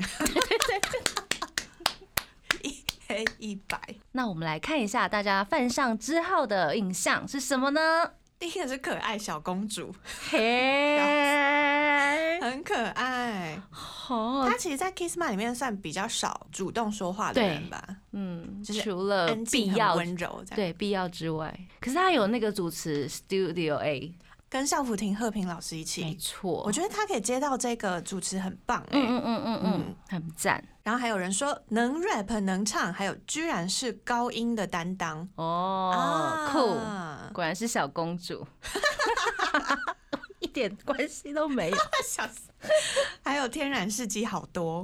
S3: [LAUGHS] 一黑一白。
S2: 那我们来看一下大家犯上之后的印象是什么呢？
S3: 第一个是可爱小公主，
S2: 嘿，
S3: 很可爱。
S2: 好，
S3: 他其实，在 Kiss My 里面算比较少主动说话的人吧，
S2: 嗯，
S3: 就是
S2: 除了
S3: 安静、
S2: 必
S3: 很
S2: 要
S3: 温柔这样。
S2: 对必要之外，可是他有那个主持 Studio A，
S3: 跟邵福婷、贺平老师一
S2: 没
S3: 起，
S2: 错
S3: 我，觉得他可以接到这个主持很棒哎、
S2: 嗯嗯嗯嗯嗯
S3: 嗯，
S2: 很赞
S3: 然后还有人说能 rap 能唱，还有居然是高音的担当
S2: 哦，酷，
S3: 啊、
S2: 果然是小公
S3: [LAUGHS]
S2: 主，一点关系都没有。
S3: 笑死！还有天然事迹好多，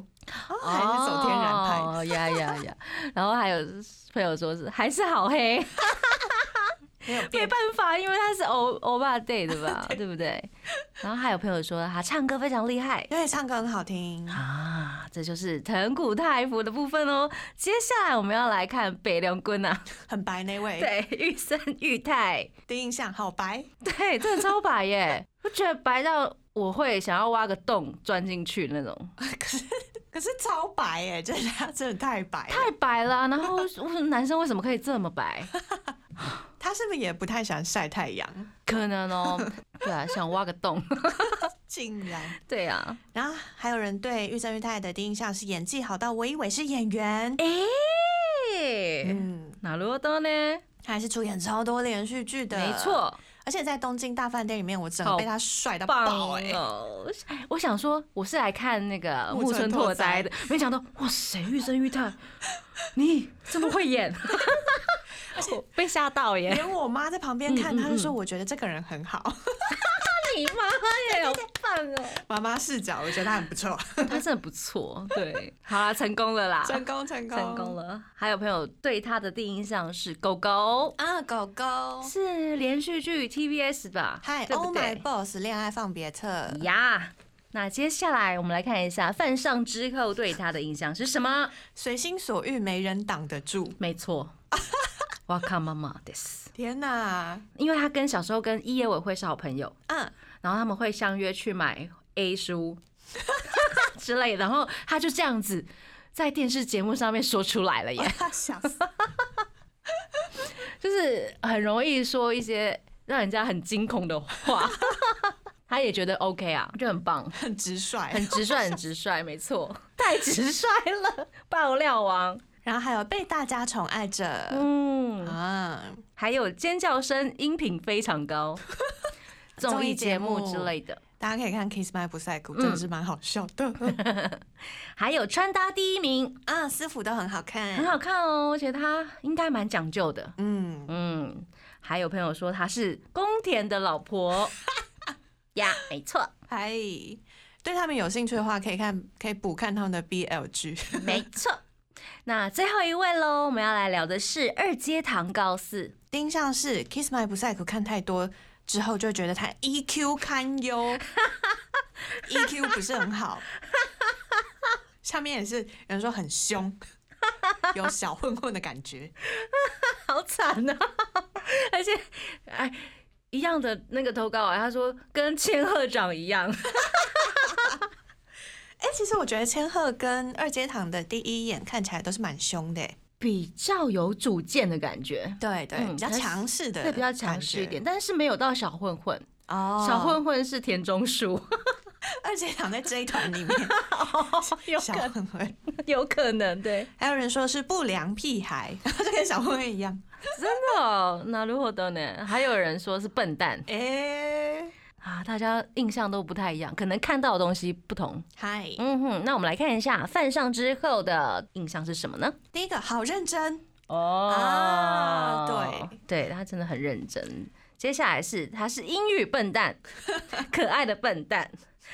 S3: 哦、 [LAUGHS] 还是走天然派。
S2: 哦呀呀呀！然后还有朋友说是还是好黑，
S3: 没有
S2: 没
S3: 变
S2: 办法，因为他是欧欧巴 day 的
S3: [LAUGHS]
S2: 吧，对不对？然后还有朋友说他唱歌非常厉害
S3: 因为唱歌很好听。
S2: 啊，这就是藤谷太辅的部分哦。接下来我们要来看北凉棍啊，
S3: 很白那位，，
S2: 对，玉生玉太，
S3: 第一印象好白，
S2: 对，真的超白耶，我觉得白到我会想要挖个洞钻进去那种。
S3: 可是超白哎，这他真的太白了。
S2: 太白了啊，然后为什么男生为什么可以这么白？
S3: 他是不是也不太喜欢晒太阳？
S2: 可能哦，对啊，想挖个洞， [LAUGHS]
S3: 竟然，
S2: 对啊，
S3: 然后还有人对玉正玉太的第一印象是演技好到我以为是演员，
S2: 哎，
S3: 嗯，
S2: 哪路多呢？
S3: 他还是出演超多连续剧的，
S2: 没，错，
S3: 而且在东京大饭店里面，我整个被他帅到
S2: 棒
S3: 爆哎、
S2: 哦！我想说，我是来看那个
S3: 木
S2: 木村
S3: 村
S2: 拓
S3: 拓
S2: 哉
S3: 哉
S2: 的，没想到，哇塞，玉生玉太，你这么会演，我被吓到耶！
S3: 连我妈在旁边看，
S2: 嗯嗯
S3: 她就说：“我觉得这个人很好，
S2: 你妈耶，好棒哦！
S3: 妈妈视角，我觉得他很不错，
S2: 他真的不错，对，好啦，成功了啦，
S3: [LAUGHS] 成功成功
S2: 成功了。还有朋友对他的第一印象是狗狗，
S3: 啊！”狗狗，
S2: 是连续剧 TBS 吧？
S3: 嗨
S2: 对不
S3: ，Oh my
S2: 对？
S3: boss，恋爱放别册，
S2: 呀，那接下来我们来看一下犯上之后对他的印象是什么？
S3: 随心所欲，没人挡得住。
S2: 没错。 [LAUGHS] 哇靠，妈妈 this，
S3: 天哪，
S2: 因为他跟小时候跟一野委会是好朋友，
S3: 嗯，
S2: 然后他们会相约去买 A 书 [LAUGHS] 之类的，然后他就这样子在电视节目上面说出来了耶，
S3: [LAUGHS] 笑死，
S2: [LAUGHS] 就是很容易说一些让人家很惊恐的 [LAUGHS] 话，他也觉得 OK 啊，就很棒。
S3: 很直率，
S2: 很直 [LAUGHS] 率，很直率，没错，太直率了，爆料王。
S3: 然后还有被大家宠爱着。
S2: 嗯，
S3: 啊，
S2: 还有尖叫声，音频非常高， [LAUGHS] 综艺节目之类的，
S3: 大家可以看《Kiss My 不赛谷》，真的是蛮好笑 [LAUGHS] 的。
S2: 还有穿搭第一名，
S3: 啊，私服都很好
S2: 很
S3: 看。
S2: 好看哦，而且他应该蛮讲究的。
S3: 嗯，
S2: 嗯，还有朋友说她是宫田的老婆 [LAUGHS] 呀，没 [LAUGHS] 错，
S3: 嗨，对他们有兴趣的话，可以看，可以补看他们的 BL 剧。
S2: 没错。那最后一位喽，我们要来聊的是二阶堂高四。
S3: 丁像是 Kiss My b u s a i k 看太多之后，就觉得他 EQ 堪忧 [LAUGHS] ，EQ 不是很好。下面也是有人说很凶，有小混混的感 [LAUGHS] 觉。
S2: 好惨啊！ [LAUGHS] 而且，哎，一样的那个投稿啊，他说跟千鹤长一 [LAUGHS] 样，
S3: 哎、其实我觉得千鹤跟二阶堂的第一眼看起来都是蛮凶的、欸，
S2: 比较有主见的感觉，
S3: 对对，
S2: 嗯
S3: 比较强势的，
S2: 对，比较强势一点，。但是没有到小混混，
S3: 哦，
S2: 小混混是田中树，
S3: 二阶堂在这一团里面，
S2: 哦 [LAUGHS] 有
S3: [LAUGHS] 小
S2: 可
S3: 混混，
S2: [LAUGHS] 有可能对，
S3: 还有人说是不良屁孩， [LAUGHS] 就跟小混混一样。
S2: 真的哦，那如何的呢？还有人说是笨蛋
S3: 哎、
S2: 啊，大家印象都不太一样，可能看到的东西不同。
S3: 嗨，
S2: 嗯哼，那我们来看一下犯上之后的印象是什么呢？
S3: 第一个好认真，
S2: 哦、
S3: 啊对，
S2: 对他真的很认真。接下来是他是英语笨蛋， [LAUGHS] 可爱的笨蛋，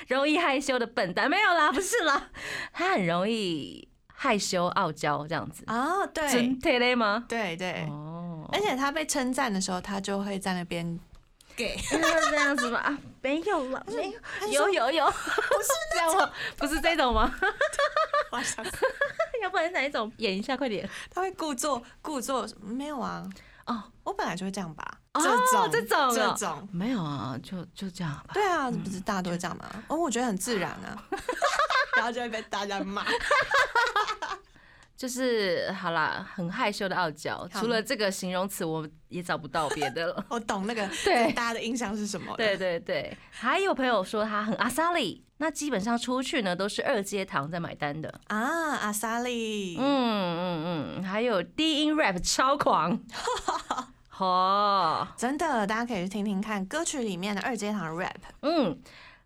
S2: 容易害羞的笨蛋，没有啦，不是啦，他很容易害羞傲娇这样子，
S3: 哦，对
S2: 真特嘞吗？
S3: 对对，
S2: 哦，
S3: 而且他被称赞的时候，他就会在那
S2: [LAUGHS]
S3: 边给，
S2: 这样子吧，啊，没有了，没有，有有有，不是这样 [LAUGHS] 吗？ [LAUGHS] 不是这种吗？
S3: 我想
S2: [LAUGHS] 要不然哪一种？演一下，快点。
S3: 他会故作故作什么，没有啊，
S2: 哦，
S3: 我本来就会这样吧，
S2: 哦
S3: 种
S2: 这种哦嗯
S3: 这种，
S2: 没有啊，就就这样吧。
S3: 对啊，不是大家都会这样吗？哦，我觉得很自然
S2: [LAUGHS]
S3: 啊，然后就会被大家骂。
S2: 就是好啦，很害羞的傲娇。
S3: 好。
S2: 除了这个形容词，我也找不到别的 [LAUGHS] 了
S3: 我懂那个
S2: 对
S3: 大家的印象是什么了。
S2: 对对对，还有朋友说他很阿萨利，那基本上出去呢都是二阶堂在买单的。
S3: 啊，阿萨利，
S2: 嗯嗯嗯，还有低音 rap 超 [LAUGHS] 狂，哦，
S3: 真的，大家可以去听听看歌曲里面的二阶堂 rap。
S2: 嗯，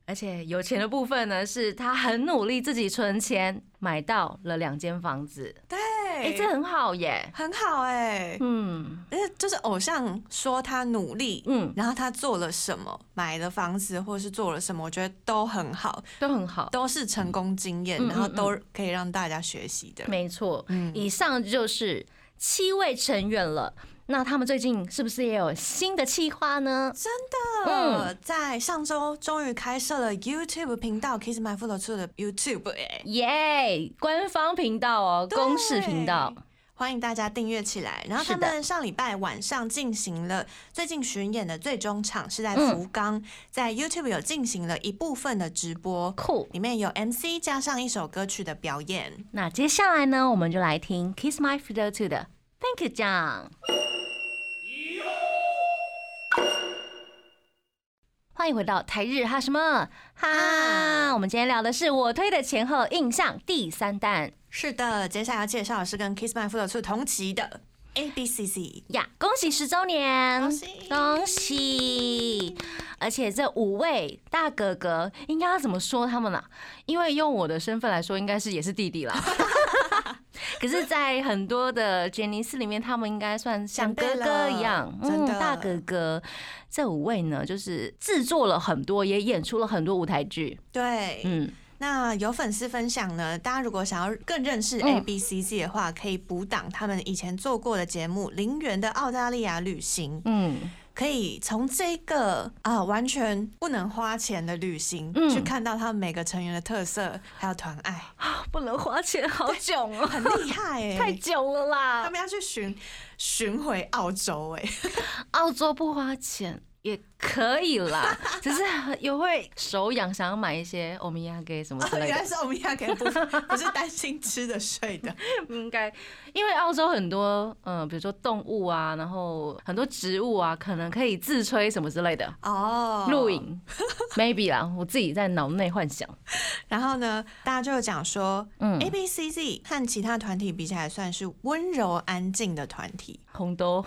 S2: 而且有钱的部分呢，是他很努力自己存钱买到了两间房子，
S3: 对，
S2: 哎、这很好耶。
S3: 很好哎、
S2: 嗯
S3: 而且就是偶像说他努力，
S2: 嗯，
S3: 然后他做了什么，买了房子或是做了什么，我觉得都很好，
S2: 都很好。
S3: 都是成功经验，
S2: 嗯
S3: 然后
S2: 嗯
S3: 都可以让大家学习的。
S2: 没错，
S3: 嗯
S2: 以上就是七位成员了。那他们最近是不是也有新的企划呢？
S3: 呃，
S2: 嗯
S3: 在上周终于开设了 YouTube 频道，Kiss My Foot 出的 YouTube，哎，
S2: 耶、官方频道哦，
S3: 对
S2: 公式频道。
S3: 欢迎大家订阅起来。然后
S2: 是
S3: 他
S2: 的
S3: 们上礼拜晚上进行了最近巡演的最终场是在
S2: 嗯
S3: 福冈，在 YouTube 有进行了一部分的直播，
S2: 酷。
S3: 里面有 MC 加上一首歌曲的表演。
S2: 那接下来呢，我们就来听 Kiss My Fiddle Two 的 Thank You 酱。欢迎回到台日哈什么哈？
S3: 哈
S2: 我们今天聊的是我推的前后印象第三弹
S3: 是的，接下来要介绍的是跟 Kiss My Foot 出同期的 A B C C。
S2: 呀！恭喜十周年，
S3: 恭喜
S2: 恭喜！而且这五位大哥哥应该要怎么说他们啦？啊因为用我的身份来说，应该是也是弟弟啦。可是，在很多的杰尼斯里面，他们应该算像
S3: 长
S2: 哥
S3: 辈
S2: 哥一
S3: 了
S2: 样，嗯
S3: 真的
S2: 大哥哥。这五位呢，就是制作了很多，也演出了很多舞台剧。
S3: 对，
S2: 嗯，
S3: 那有粉丝分享呢，大家如果想要更认识
S2: 嗯
S3: A B C C 的话，可以补档他们以前做过的节目《零元的澳大利亚旅行》，
S2: 嗯，
S3: 可以从这个啊、完全不能花钱的旅行、
S2: 嗯
S3: 去看到他们每个成员的特色，还有团
S2: [LAUGHS]
S3: 爱，
S2: 不能花钱，好囧哦，
S3: 很厉害哎、
S2: [LAUGHS] 太囧了
S3: 他
S2: 啦！
S3: 们要去巡巡回澳洲哎、
S2: 澳洲不花钱。也可以
S3: [LAUGHS]
S2: 啦，只是也会手痒，想要买一些欧米亚给什么之
S3: 哦，
S2: 类
S3: [LAUGHS] 原
S2: 的
S3: 来。是我们要给不不是担心吃的睡的，
S2: 应该，因为澳洲很多，嗯、比如说动物啊，然后很多植物啊，可能可以自吹什么之类的。
S3: 哦，
S2: 露营，maybe 啦，我自己在脑内幻想。
S3: 然后呢，大家就有讲说，
S2: 嗯，
S3: a B C Z 和其他团体比起来，算是温柔安静的团体
S2: [LAUGHS] 红
S3: [LAUGHS]
S2: 豆，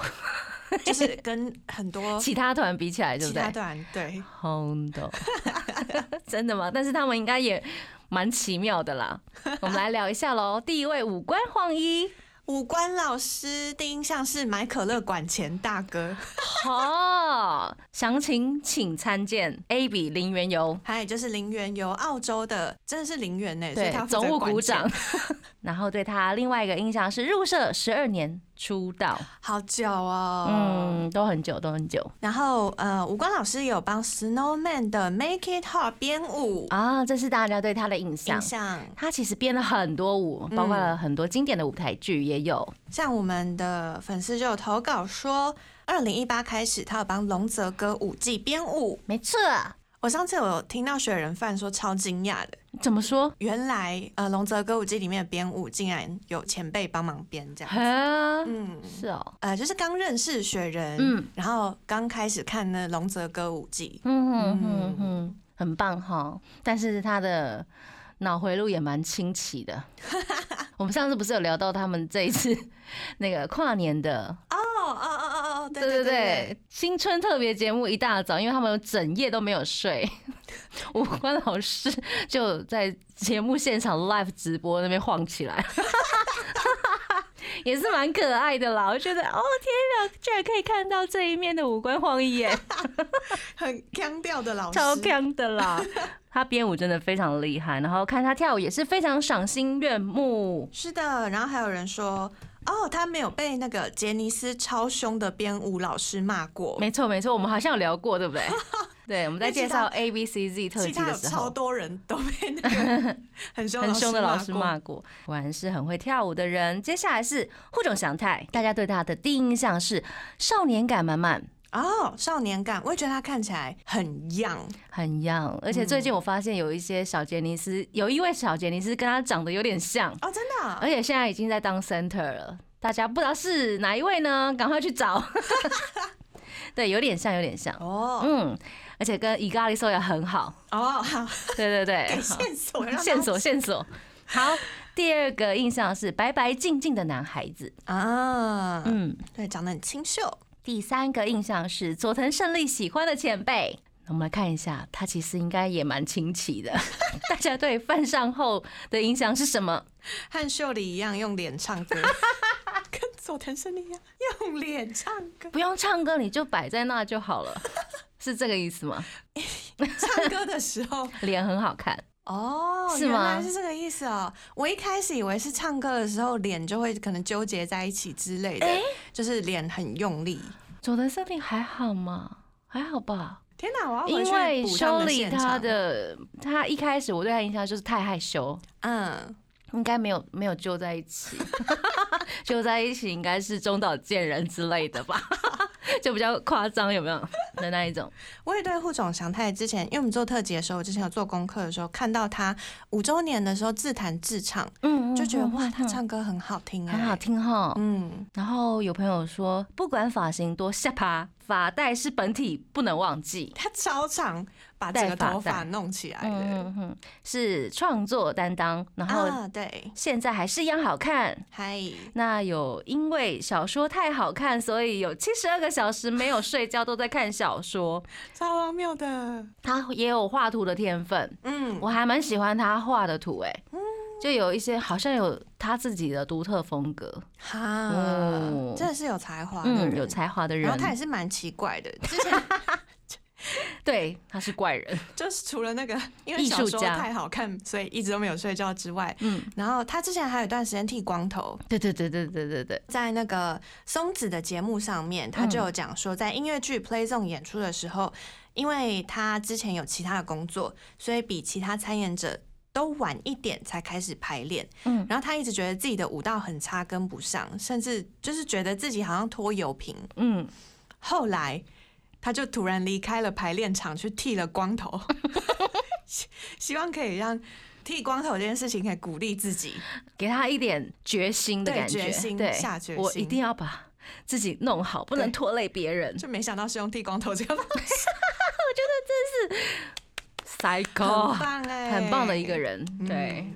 S3: 就是跟很多
S2: 其他团比起来，对
S3: 其
S2: 不对
S3: 他？团对
S2: 红豆，
S3: [LAUGHS]
S2: 真的吗？但是他们应该也蛮奇妙的啦。我们来聊一下喽。第一位五官晃一，
S3: 五官老师第一印象是买可乐管钱
S2: [LAUGHS]
S3: 大哥，
S2: 好，详情请参见 A B 零元游。
S3: 还有就是林园游澳洲的，真的是林园呢，所以
S2: 对
S3: 他，负责
S2: 总务
S3: 管
S2: 股
S3: 钱
S2: 长，。 [LAUGHS] 然后对他另外一个印象是入社十二年出道，
S3: 好久哦。嗯，
S2: 嗯，都很久，都很久
S3: 然后呃，五官老师有帮 Snowman 的 Make It Hot 编舞，
S2: 啊，这是大家对他的印象
S3: 印。象嗯
S2: 他其实编了很多舞，包括了很多经典的舞台剧也有。
S3: 像我们的粉丝就有投稿说，二零一八开始他有帮龙泽歌舞季编舞。
S2: 没错，
S3: 我上次有听到雪人范说超惊讶的，
S2: 怎么说？
S3: 原来呃龙泽歌舞季里面的编舞竟然有前辈帮忙编这样子。
S2: 啊，
S3: 嗯，
S2: 是哦，
S3: 呃，就是刚认识雪人，
S2: 嗯
S3: 然后刚开始看那龙泽歌舞季，
S2: 嗯哼哼哼，很棒哈。但是他的脑回路也蛮清奇的。我们上次不是有聊到他们这一次那个跨年的，
S3: 哦哦哦哦哦，对
S2: 对
S3: 对对
S2: 对，新春特别节目一大早，因为他们整夜都没有睡，五官老师就在节目现场 live 直播那边晃起来，也是蛮可爱的啦。我觉得哦天哪，居然可以看到这一面的五官晃一眼，
S3: 很腔调的老师，
S2: 超强的
S3: [LAUGHS]
S2: 啦。他编舞真的非常厉害，然后看他跳舞也是非常赏心悦目。
S3: 是的，然后还有人说，哦，他没有被那个杰尼斯超凶的编舞老师骂过。
S2: 没错没错，我们好像有聊过，对
S3: [LAUGHS]
S2: 不对？对，我们在
S3: 因
S2: 介
S3: 为其他
S2: 绍 A B C Z 特
S3: 其
S2: 辑
S3: 他
S2: 的
S3: 有
S2: 时
S3: 超
S2: 候，
S3: 多人都被那个很
S2: [LAUGHS]
S3: 凶
S2: 很凶的老师
S3: 过
S2: 骂过，果然是很会跳舞的人。接下来是户冢祥太，大家对他的第一印象是少年感满满，
S3: 哦，少年感，我也觉得他看起来很 young，
S2: 很 young。而且
S3: 嗯
S2: 最近我发现有一些小杰尼斯，有一位小杰尼斯跟他长得有点像，
S3: 哦，真的啊、
S2: 而且现在已经在当 center 了。大家不知道是哪一位呢？赶快去找。 [LAUGHS] 对，有点像，有点像。
S3: 哦
S2: 嗯，而且跟伊咖喱兽也很好。
S3: 哦，好，
S2: 对对
S3: [LAUGHS]
S2: 对，
S3: 给
S2: 哎好
S3: 线索，让他
S2: 线索线索。好，第二个印象是白白净净的男孩子。
S3: 啊，
S2: 嗯，
S3: 对，长得很清秀，
S2: 第三个印象是佐藤胜利喜欢的前辈。我们来看一下，他其实应该也蛮清奇的。 [LAUGHS] 大家对犯上后的印象是什么？
S3: 和秀里一样用脸唱
S2: [LAUGHS]
S3: 歌，跟佐藤胜利一样用脸唱歌，
S2: 不用唱歌，你就摆在那就好了，是这个意思吗？
S3: 唱歌的时
S2: [LAUGHS]
S3: 候
S2: 脸很好看，
S3: 哦，
S2: 是
S3: 原
S2: 吗
S3: 来是这个意思哦。我一开始以为是唱歌的时候脸就会可能纠结在一起之类的，就是脸很用力。
S2: 佐藤胜利还好吗？还好吧，
S3: 天哪，我要
S2: 因
S3: 回
S2: 为
S3: 去补他
S2: 修
S3: 们
S2: 理
S3: 现
S2: 他
S3: 场。
S2: 的他一开始我对他印象就是太害羞，
S3: 嗯，
S2: 应该没有没有揪在一起， [LAUGHS] 揪在一起应该是中岛健人之类的吧， [LAUGHS] 就比较夸张，有没有的那一种？
S3: 我也对户冢祥太之前，因为我们做特辑的时候，我之前有做功课的时候，看到他五周年的时候自弹自唱，
S2: 嗯
S3: 就觉得哇，他唱歌很好听
S2: 很好
S3: 啊。
S2: 听哦哈。
S3: 嗯，
S2: 然后有朋友说，不管发型多下趴，发带是本体，不能忘记。
S3: 他超常把整个头
S2: 戴发带
S3: 发弄起来的。
S2: 嗯嗯嗯，是创作担当，然后
S3: 啊，对，
S2: 现在还是一样好看。
S3: 嗨，
S2: 那有因为小说太好看，所以有七十二个小时没有睡觉都在看小说。 [LAUGHS]
S3: 超荒谬的。
S2: 他也有画图的天分，
S3: 嗯，
S2: 我还蛮喜欢他画的图、哎，就有一些好像有他自己的独特风格，
S3: 哈
S2: 哦，
S3: 真的是有才华的
S2: 嗯，
S3: 人，
S2: 有才华的
S3: 然后
S2: 人，
S3: 他也是蛮奇怪的，
S2: [LAUGHS]
S3: 之前
S2: 对，他是怪
S3: [LAUGHS]
S2: 人，
S3: 就是除了
S2: [LAUGHS]
S3: 那个因为
S2: 艺
S3: 小
S2: 术
S3: 说
S2: 家
S3: 太好看，所以一直都没有睡觉之外，
S2: 嗯，
S3: 然后他之前还有一段时间剃光头，
S2: 对对对对对对对，
S3: 在那个松子的节目上面，他就
S2: 嗯
S3: 有讲说，在音乐剧《Play Zone》演出的时候，因为他之前有其他的工作，所以比其他参演者。都晚一点才开始排练，
S2: 嗯
S3: 然后他一直觉得自己的舞蹈很差，跟不上，甚至就是觉得自己好像拖油瓶，
S2: 嗯，
S3: 后来他就突然离开了排练场，去剃了光头， [LAUGHS] 希希望可以让剃光头这件事情可以鼓励自己。
S2: 给他一点决心的
S3: 对
S2: 感觉，
S3: 决心
S2: 对，
S3: 下决
S2: 我
S3: 心
S2: 一定要把自己弄好，不能
S3: 对
S2: 拖累别人。
S3: 就没想到是用剃光头这个方式，
S2: Psycho，
S3: [LAUGHS] 很棒哎、
S2: 哦很棒的一个人，
S3: 嗯
S2: 对，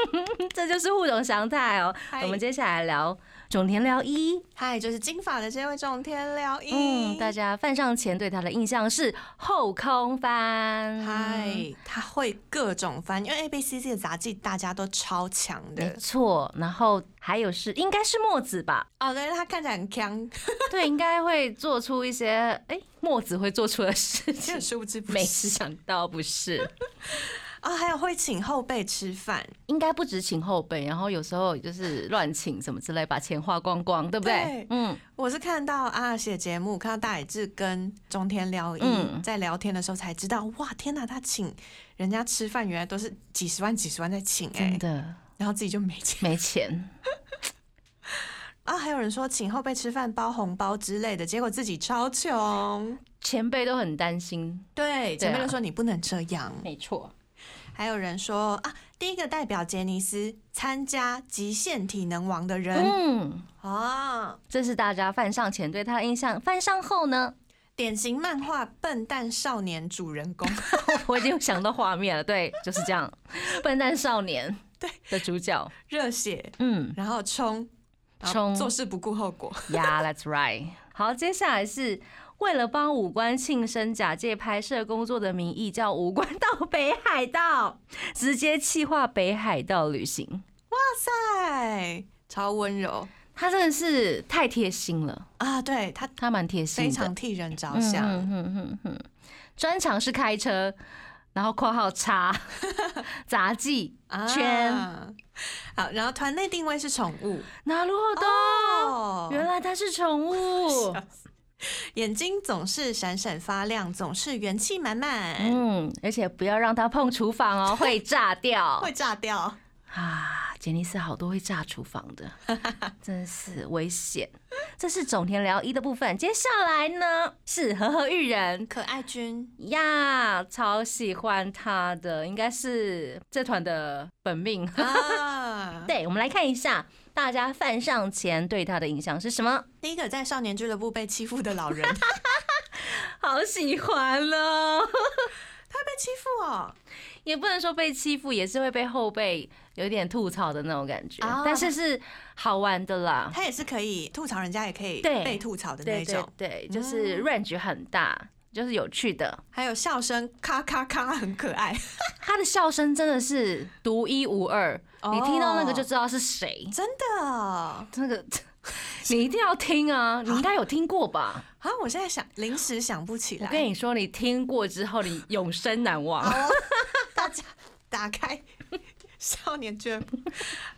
S2: [LAUGHS] 这就是互动常态哦。我们接下来聊种田辽一，
S3: 嗨，就是金发的这位种田辽一，
S2: 嗯，大家犯上前对他的印象是后空翻，
S3: 嗨，他会各种翻，因为 A B C C 的杂技大家都超强
S2: 没
S3: 的
S2: 错。然后还有是应该是墨子吧？
S3: 哦，对，他看起来很强，
S2: 对，应该会做出一些哎、墨子会做出的
S3: [LAUGHS]
S2: 事
S3: 其
S2: 情
S3: 实。殊不知不
S2: 没
S3: 是
S2: 想到不是，
S3: 啊、还有会请后辈吃饭，
S2: 应该不止请后辈，然后有时候就是乱请什么之类，把钱花光光，对不对
S3: 对？
S2: 嗯，
S3: 我是看到阿写节目，看到大野智跟中天辽一、
S2: 嗯
S3: 在聊天的时候才知道，哇，天哪，他请人家吃饭原来都是几十万、几十万在请哎、
S2: 真的
S3: 然后自己就没钱
S2: 没钱，
S3: 啊。还有人说请后辈吃饭包红包之类的，结果自己超穷。
S2: 前辈都很担心。
S3: 对，
S2: 对啊
S3: 前面就说你不能这样。
S2: 没错，
S3: 还有人说啊，第一个代表杰尼斯参加极限体能王的人
S2: 嗯，
S3: 啊，
S2: 这是大家犯上前对他的印象，犯上后呢， [LAUGHS]
S3: 典型漫画笨蛋少年主人公。 [LAUGHS]
S2: 我已经想到画面了，对，就是这样，笨蛋少年
S3: 对
S2: 的主角，
S3: 热血，
S2: 嗯
S3: 然后冲，然后
S2: 冲
S3: 做事不顾后果。
S2: ，Yeah，that's right。好，接下来是为了帮五官庆生，假借拍摄工作的名义，叫五官到北海道， [LAUGHS] 直接企划北海道旅行。
S3: 哎，超温柔
S2: 他真的是太贴心了，
S3: 啊！对他
S2: 他蛮贴心的，
S3: 非常替人着
S2: 嗯
S3: 想，
S2: 嗯嗯嗯嗯，专长是开车，然后括号叉 [LAUGHS] 杂技
S3: 啊
S2: 圈。
S3: 好，然后团内定位是宠物
S2: 拿路的。
S3: 哦
S2: 原来它是宠物，
S3: 眼睛总是闪闪发亮，总是元气满满，
S2: 嗯，而且不要让它碰厨房哦，
S3: [LAUGHS]
S2: 会炸掉
S3: 会炸掉。
S2: 啊！杰尼斯好多会炸厨房
S3: [LAUGHS]
S2: 的，真是危险。这是种田聊一的部分，接下来呢是和和玉人
S3: 可爱
S2: [LAUGHS]
S3: 君
S2: 呀超喜欢他的，应该是这团的本命。
S3: 啊，
S2: 对，我们来看一下大家犯上前对他的印象是什么。
S3: 第一个在少年俱乐部被欺负的
S2: [LAUGHS]
S3: 老人，他
S2: 好喜欢哦，
S3: 被欺负哦，
S2: [LAUGHS] 也不能说被欺负，也是会被后辈有点吐槽的那种感觉，
S3: 啊
S2: 但是是好玩的啦。
S3: 他也是可以吐槽人家，也可以
S2: 对
S3: 被吐槽的那
S2: 对对
S3: 种。
S2: 对，就是 range 很大，就是有趣的。
S3: 还有笑声咔咔咔，很可爱，
S2: 他的笑声真的是独一无二，你听到那个就
S3: 哦
S2: 知道是谁。
S3: 真的。
S2: 那个 [LAUGHS] 你一定要听啊，你应该有听过吧？
S3: 啊，我现在想临时想不起
S2: 我
S3: 来。
S2: 跟你说，你听过之后，你永生难忘。
S3: [LAUGHS] 大家打开少年俱乐部。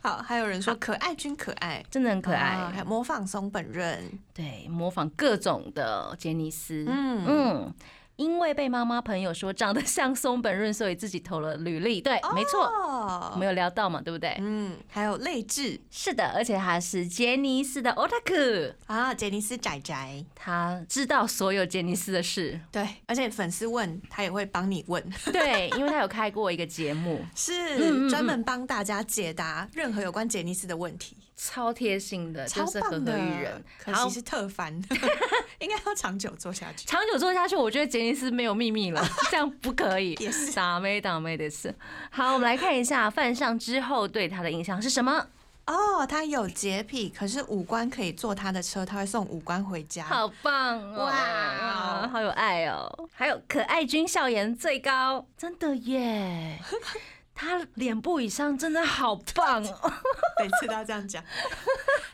S3: 好，还有人说可爱君可爱，
S2: 真的很可爱。
S3: 啊还有模仿松本润，
S2: 对，模仿各种的杰尼斯。嗯
S3: 嗯
S2: 因为被妈妈朋友说长得像松本润，所以自己投了履历。对，没错，我
S3: 哦，
S2: 们有聊到嘛，对不对？
S3: 嗯，还有泪痣
S2: 是的，而且他是杰尼斯的 otaku，
S3: 啊，杰尼斯仔仔，
S2: 他知道所有杰尼斯的 [LAUGHS] 事。
S3: 对，而且粉丝问他也会帮你问， [LAUGHS]
S2: 对，因为他有开过一个节目，嗯嗯
S3: 是专门帮大家解答任何有关杰尼斯的问题，
S2: 超贴心的，
S3: 超
S2: 就是和
S3: 棒
S2: 和
S3: 的。
S2: 育人。
S3: 可
S2: 好
S3: 惜是特番， [LAUGHS] 应该要长久做下去。
S2: 长久做下去，我觉得杰尼斯没有秘密了，这样不可 [LAUGHS] 以。
S3: 也是
S2: 打妹打妹的事。好，我们来看一下犯上之后对他的印象是什么。
S3: 哦，他有洁癖，可是五官可以坐他的车，他会送五官回家。
S2: 好棒哦！
S3: 哇
S2: 哇，好有爱哦！还有可爱君笑颜最高，真的
S3: [LAUGHS]
S2: 耶！他脸部以上真的好棒哦，
S3: [LAUGHS] 每次都要这样讲，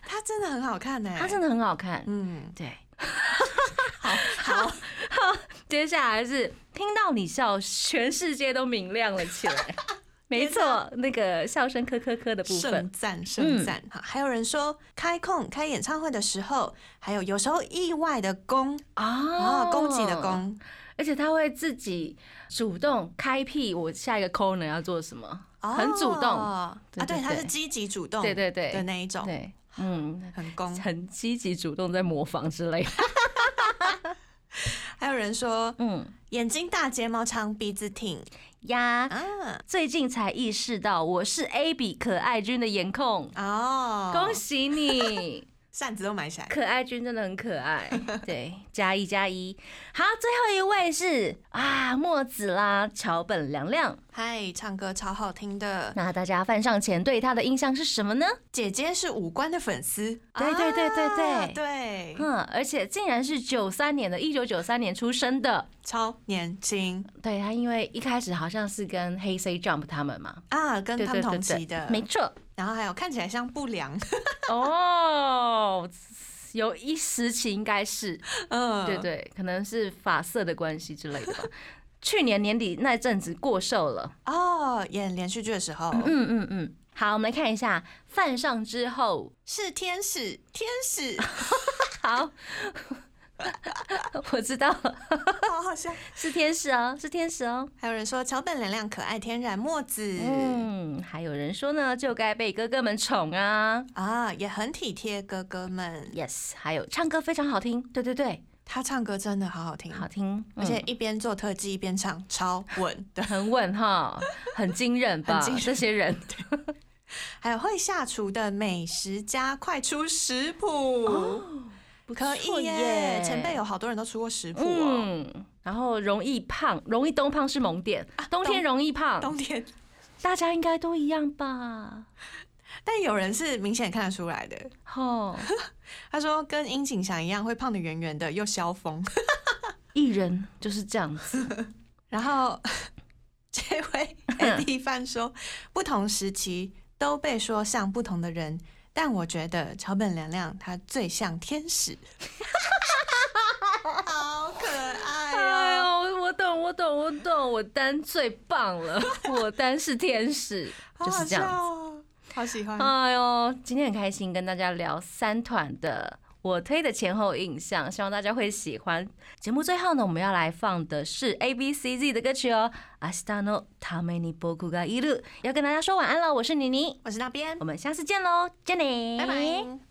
S3: 他真的很好看呢、
S2: 他真的很好看。
S3: 嗯，
S2: 对，
S3: 好好，
S2: 接下来是听到你笑，全世界都明亮了起
S3: [LAUGHS]
S2: 来。没错，那个笑声咳咳咳的部
S3: 盛
S2: 分，嗯
S3: 赞盛赞哈。还有人说，开控开演唱会的时候，还有有时候意外的攻
S2: 啊
S3: 啊，攻击
S2: 哦
S3: 的，攻
S2: 而且他会自己主动开辟我下一个 corner 要做什么，很主动
S3: 哦
S2: 对
S3: 啊，
S2: 对
S3: 对，他
S2: 对
S3: 是积极主动，
S2: 对对对
S3: 的那一种，
S2: 对，嗯，
S3: 很攻。
S2: 很积极主动在模仿之类的，
S3: 还有人说，
S2: 嗯。
S3: 眼睛大，睫毛长，鼻子挺
S2: 呀，
S3: 啊，
S2: 最近才意识到我是 A B 可爱君的颜控，
S3: 哦，
S2: 恭喜你！
S3: 扇子都买起来。
S2: 可爱君真的很可
S3: [LAUGHS]
S2: 爱，对，加一加一。好，最后一位是啊，墨子啦，桥本凉凉。
S3: 嗨，唱歌超好听的，
S2: 那大家犯上前对他的印象是什么呢？
S3: 姐姐是五官的粉丝。
S2: 对对对对对
S3: 啊对，
S2: 嗯，而且竟然是九三年的，一九九三年出生的。
S3: 超年轻
S2: 对他，因为一开始好像是跟黑 C Jump 他们嘛，
S3: 啊，跟
S2: 对
S3: 他
S2: 对对
S3: 们同期
S2: 对，
S3: 的。
S2: 没错。
S3: 然后还有看起来像不良， [LAUGHS]
S2: 哦，有一时期应该是，
S3: 嗯，
S2: 对，对，可能是发色的关系之类的吧。去年年底那阵子过瘦了，
S3: 哦，演连续剧的时候
S2: 嗯嗯嗯。好，我们来看一下犯上之后，
S3: 是天使，天使， [LAUGHS]
S2: 好， [LAUGHS] 我知道了，
S3: 哦好好笑。
S2: 是天使哦，是天使哦。
S3: 还有人说桥本凉凉可爱天然墨子，
S2: 嗯，还有人说呢，就该被哥哥们宠啊。
S3: 啊，也很体贴哥哥们。
S2: Yes，还有唱歌非常好听，对对对，
S3: 他唱歌真的好好听，
S2: 好听，
S3: 而且
S2: 嗯
S3: 一边做特技一边唱，超稳的。
S2: 很稳哈，很惊人吧？
S3: 很惊人
S2: 这些人
S3: 还有会下厨的美食家，快出食谱，
S2: 哦不
S3: 可以
S2: 错
S3: 耶！前辈有好多人都出过食谱哦。
S2: 嗯，然后容易胖，容易冬胖是萌点，冬天
S3: 啊冬
S2: 容易胖，
S3: 冬天， [LAUGHS]
S2: 大家应该都一样吧？
S3: 但有人是明显看得出来的。
S2: 吼，
S3: 他说跟殷景祥一样，会胖的圆圆的，又消风。
S2: 艺人就是这样子，
S3: 然后这位 Andy 范说，不同时期都被说像不同的人，但我觉得桥本凉凉她最像
S2: [LAUGHS]
S3: 天使，好
S2: [LAUGHS]
S3: 可
S2: 哎
S3: 爱哦，
S2: 呦，我懂，我懂，我懂，我丹最棒 [LAUGHS] 了，我丹是天使，
S3: 好
S2: 就是
S3: 好
S2: 这样
S3: 笑
S2: 子。
S3: 哦，好喜欢。
S2: 哎呦，今天很开心跟大家聊三团的我推的前后印象，希望大家会喜欢。节目最后呢，我们要来放的是 A B C Z 的歌曲哦，《明日のために僕がいる》，要跟大家说晚安了。我是妮妮，
S3: 我是那边
S2: 我，们下次见喽，见你，
S3: 拜拜。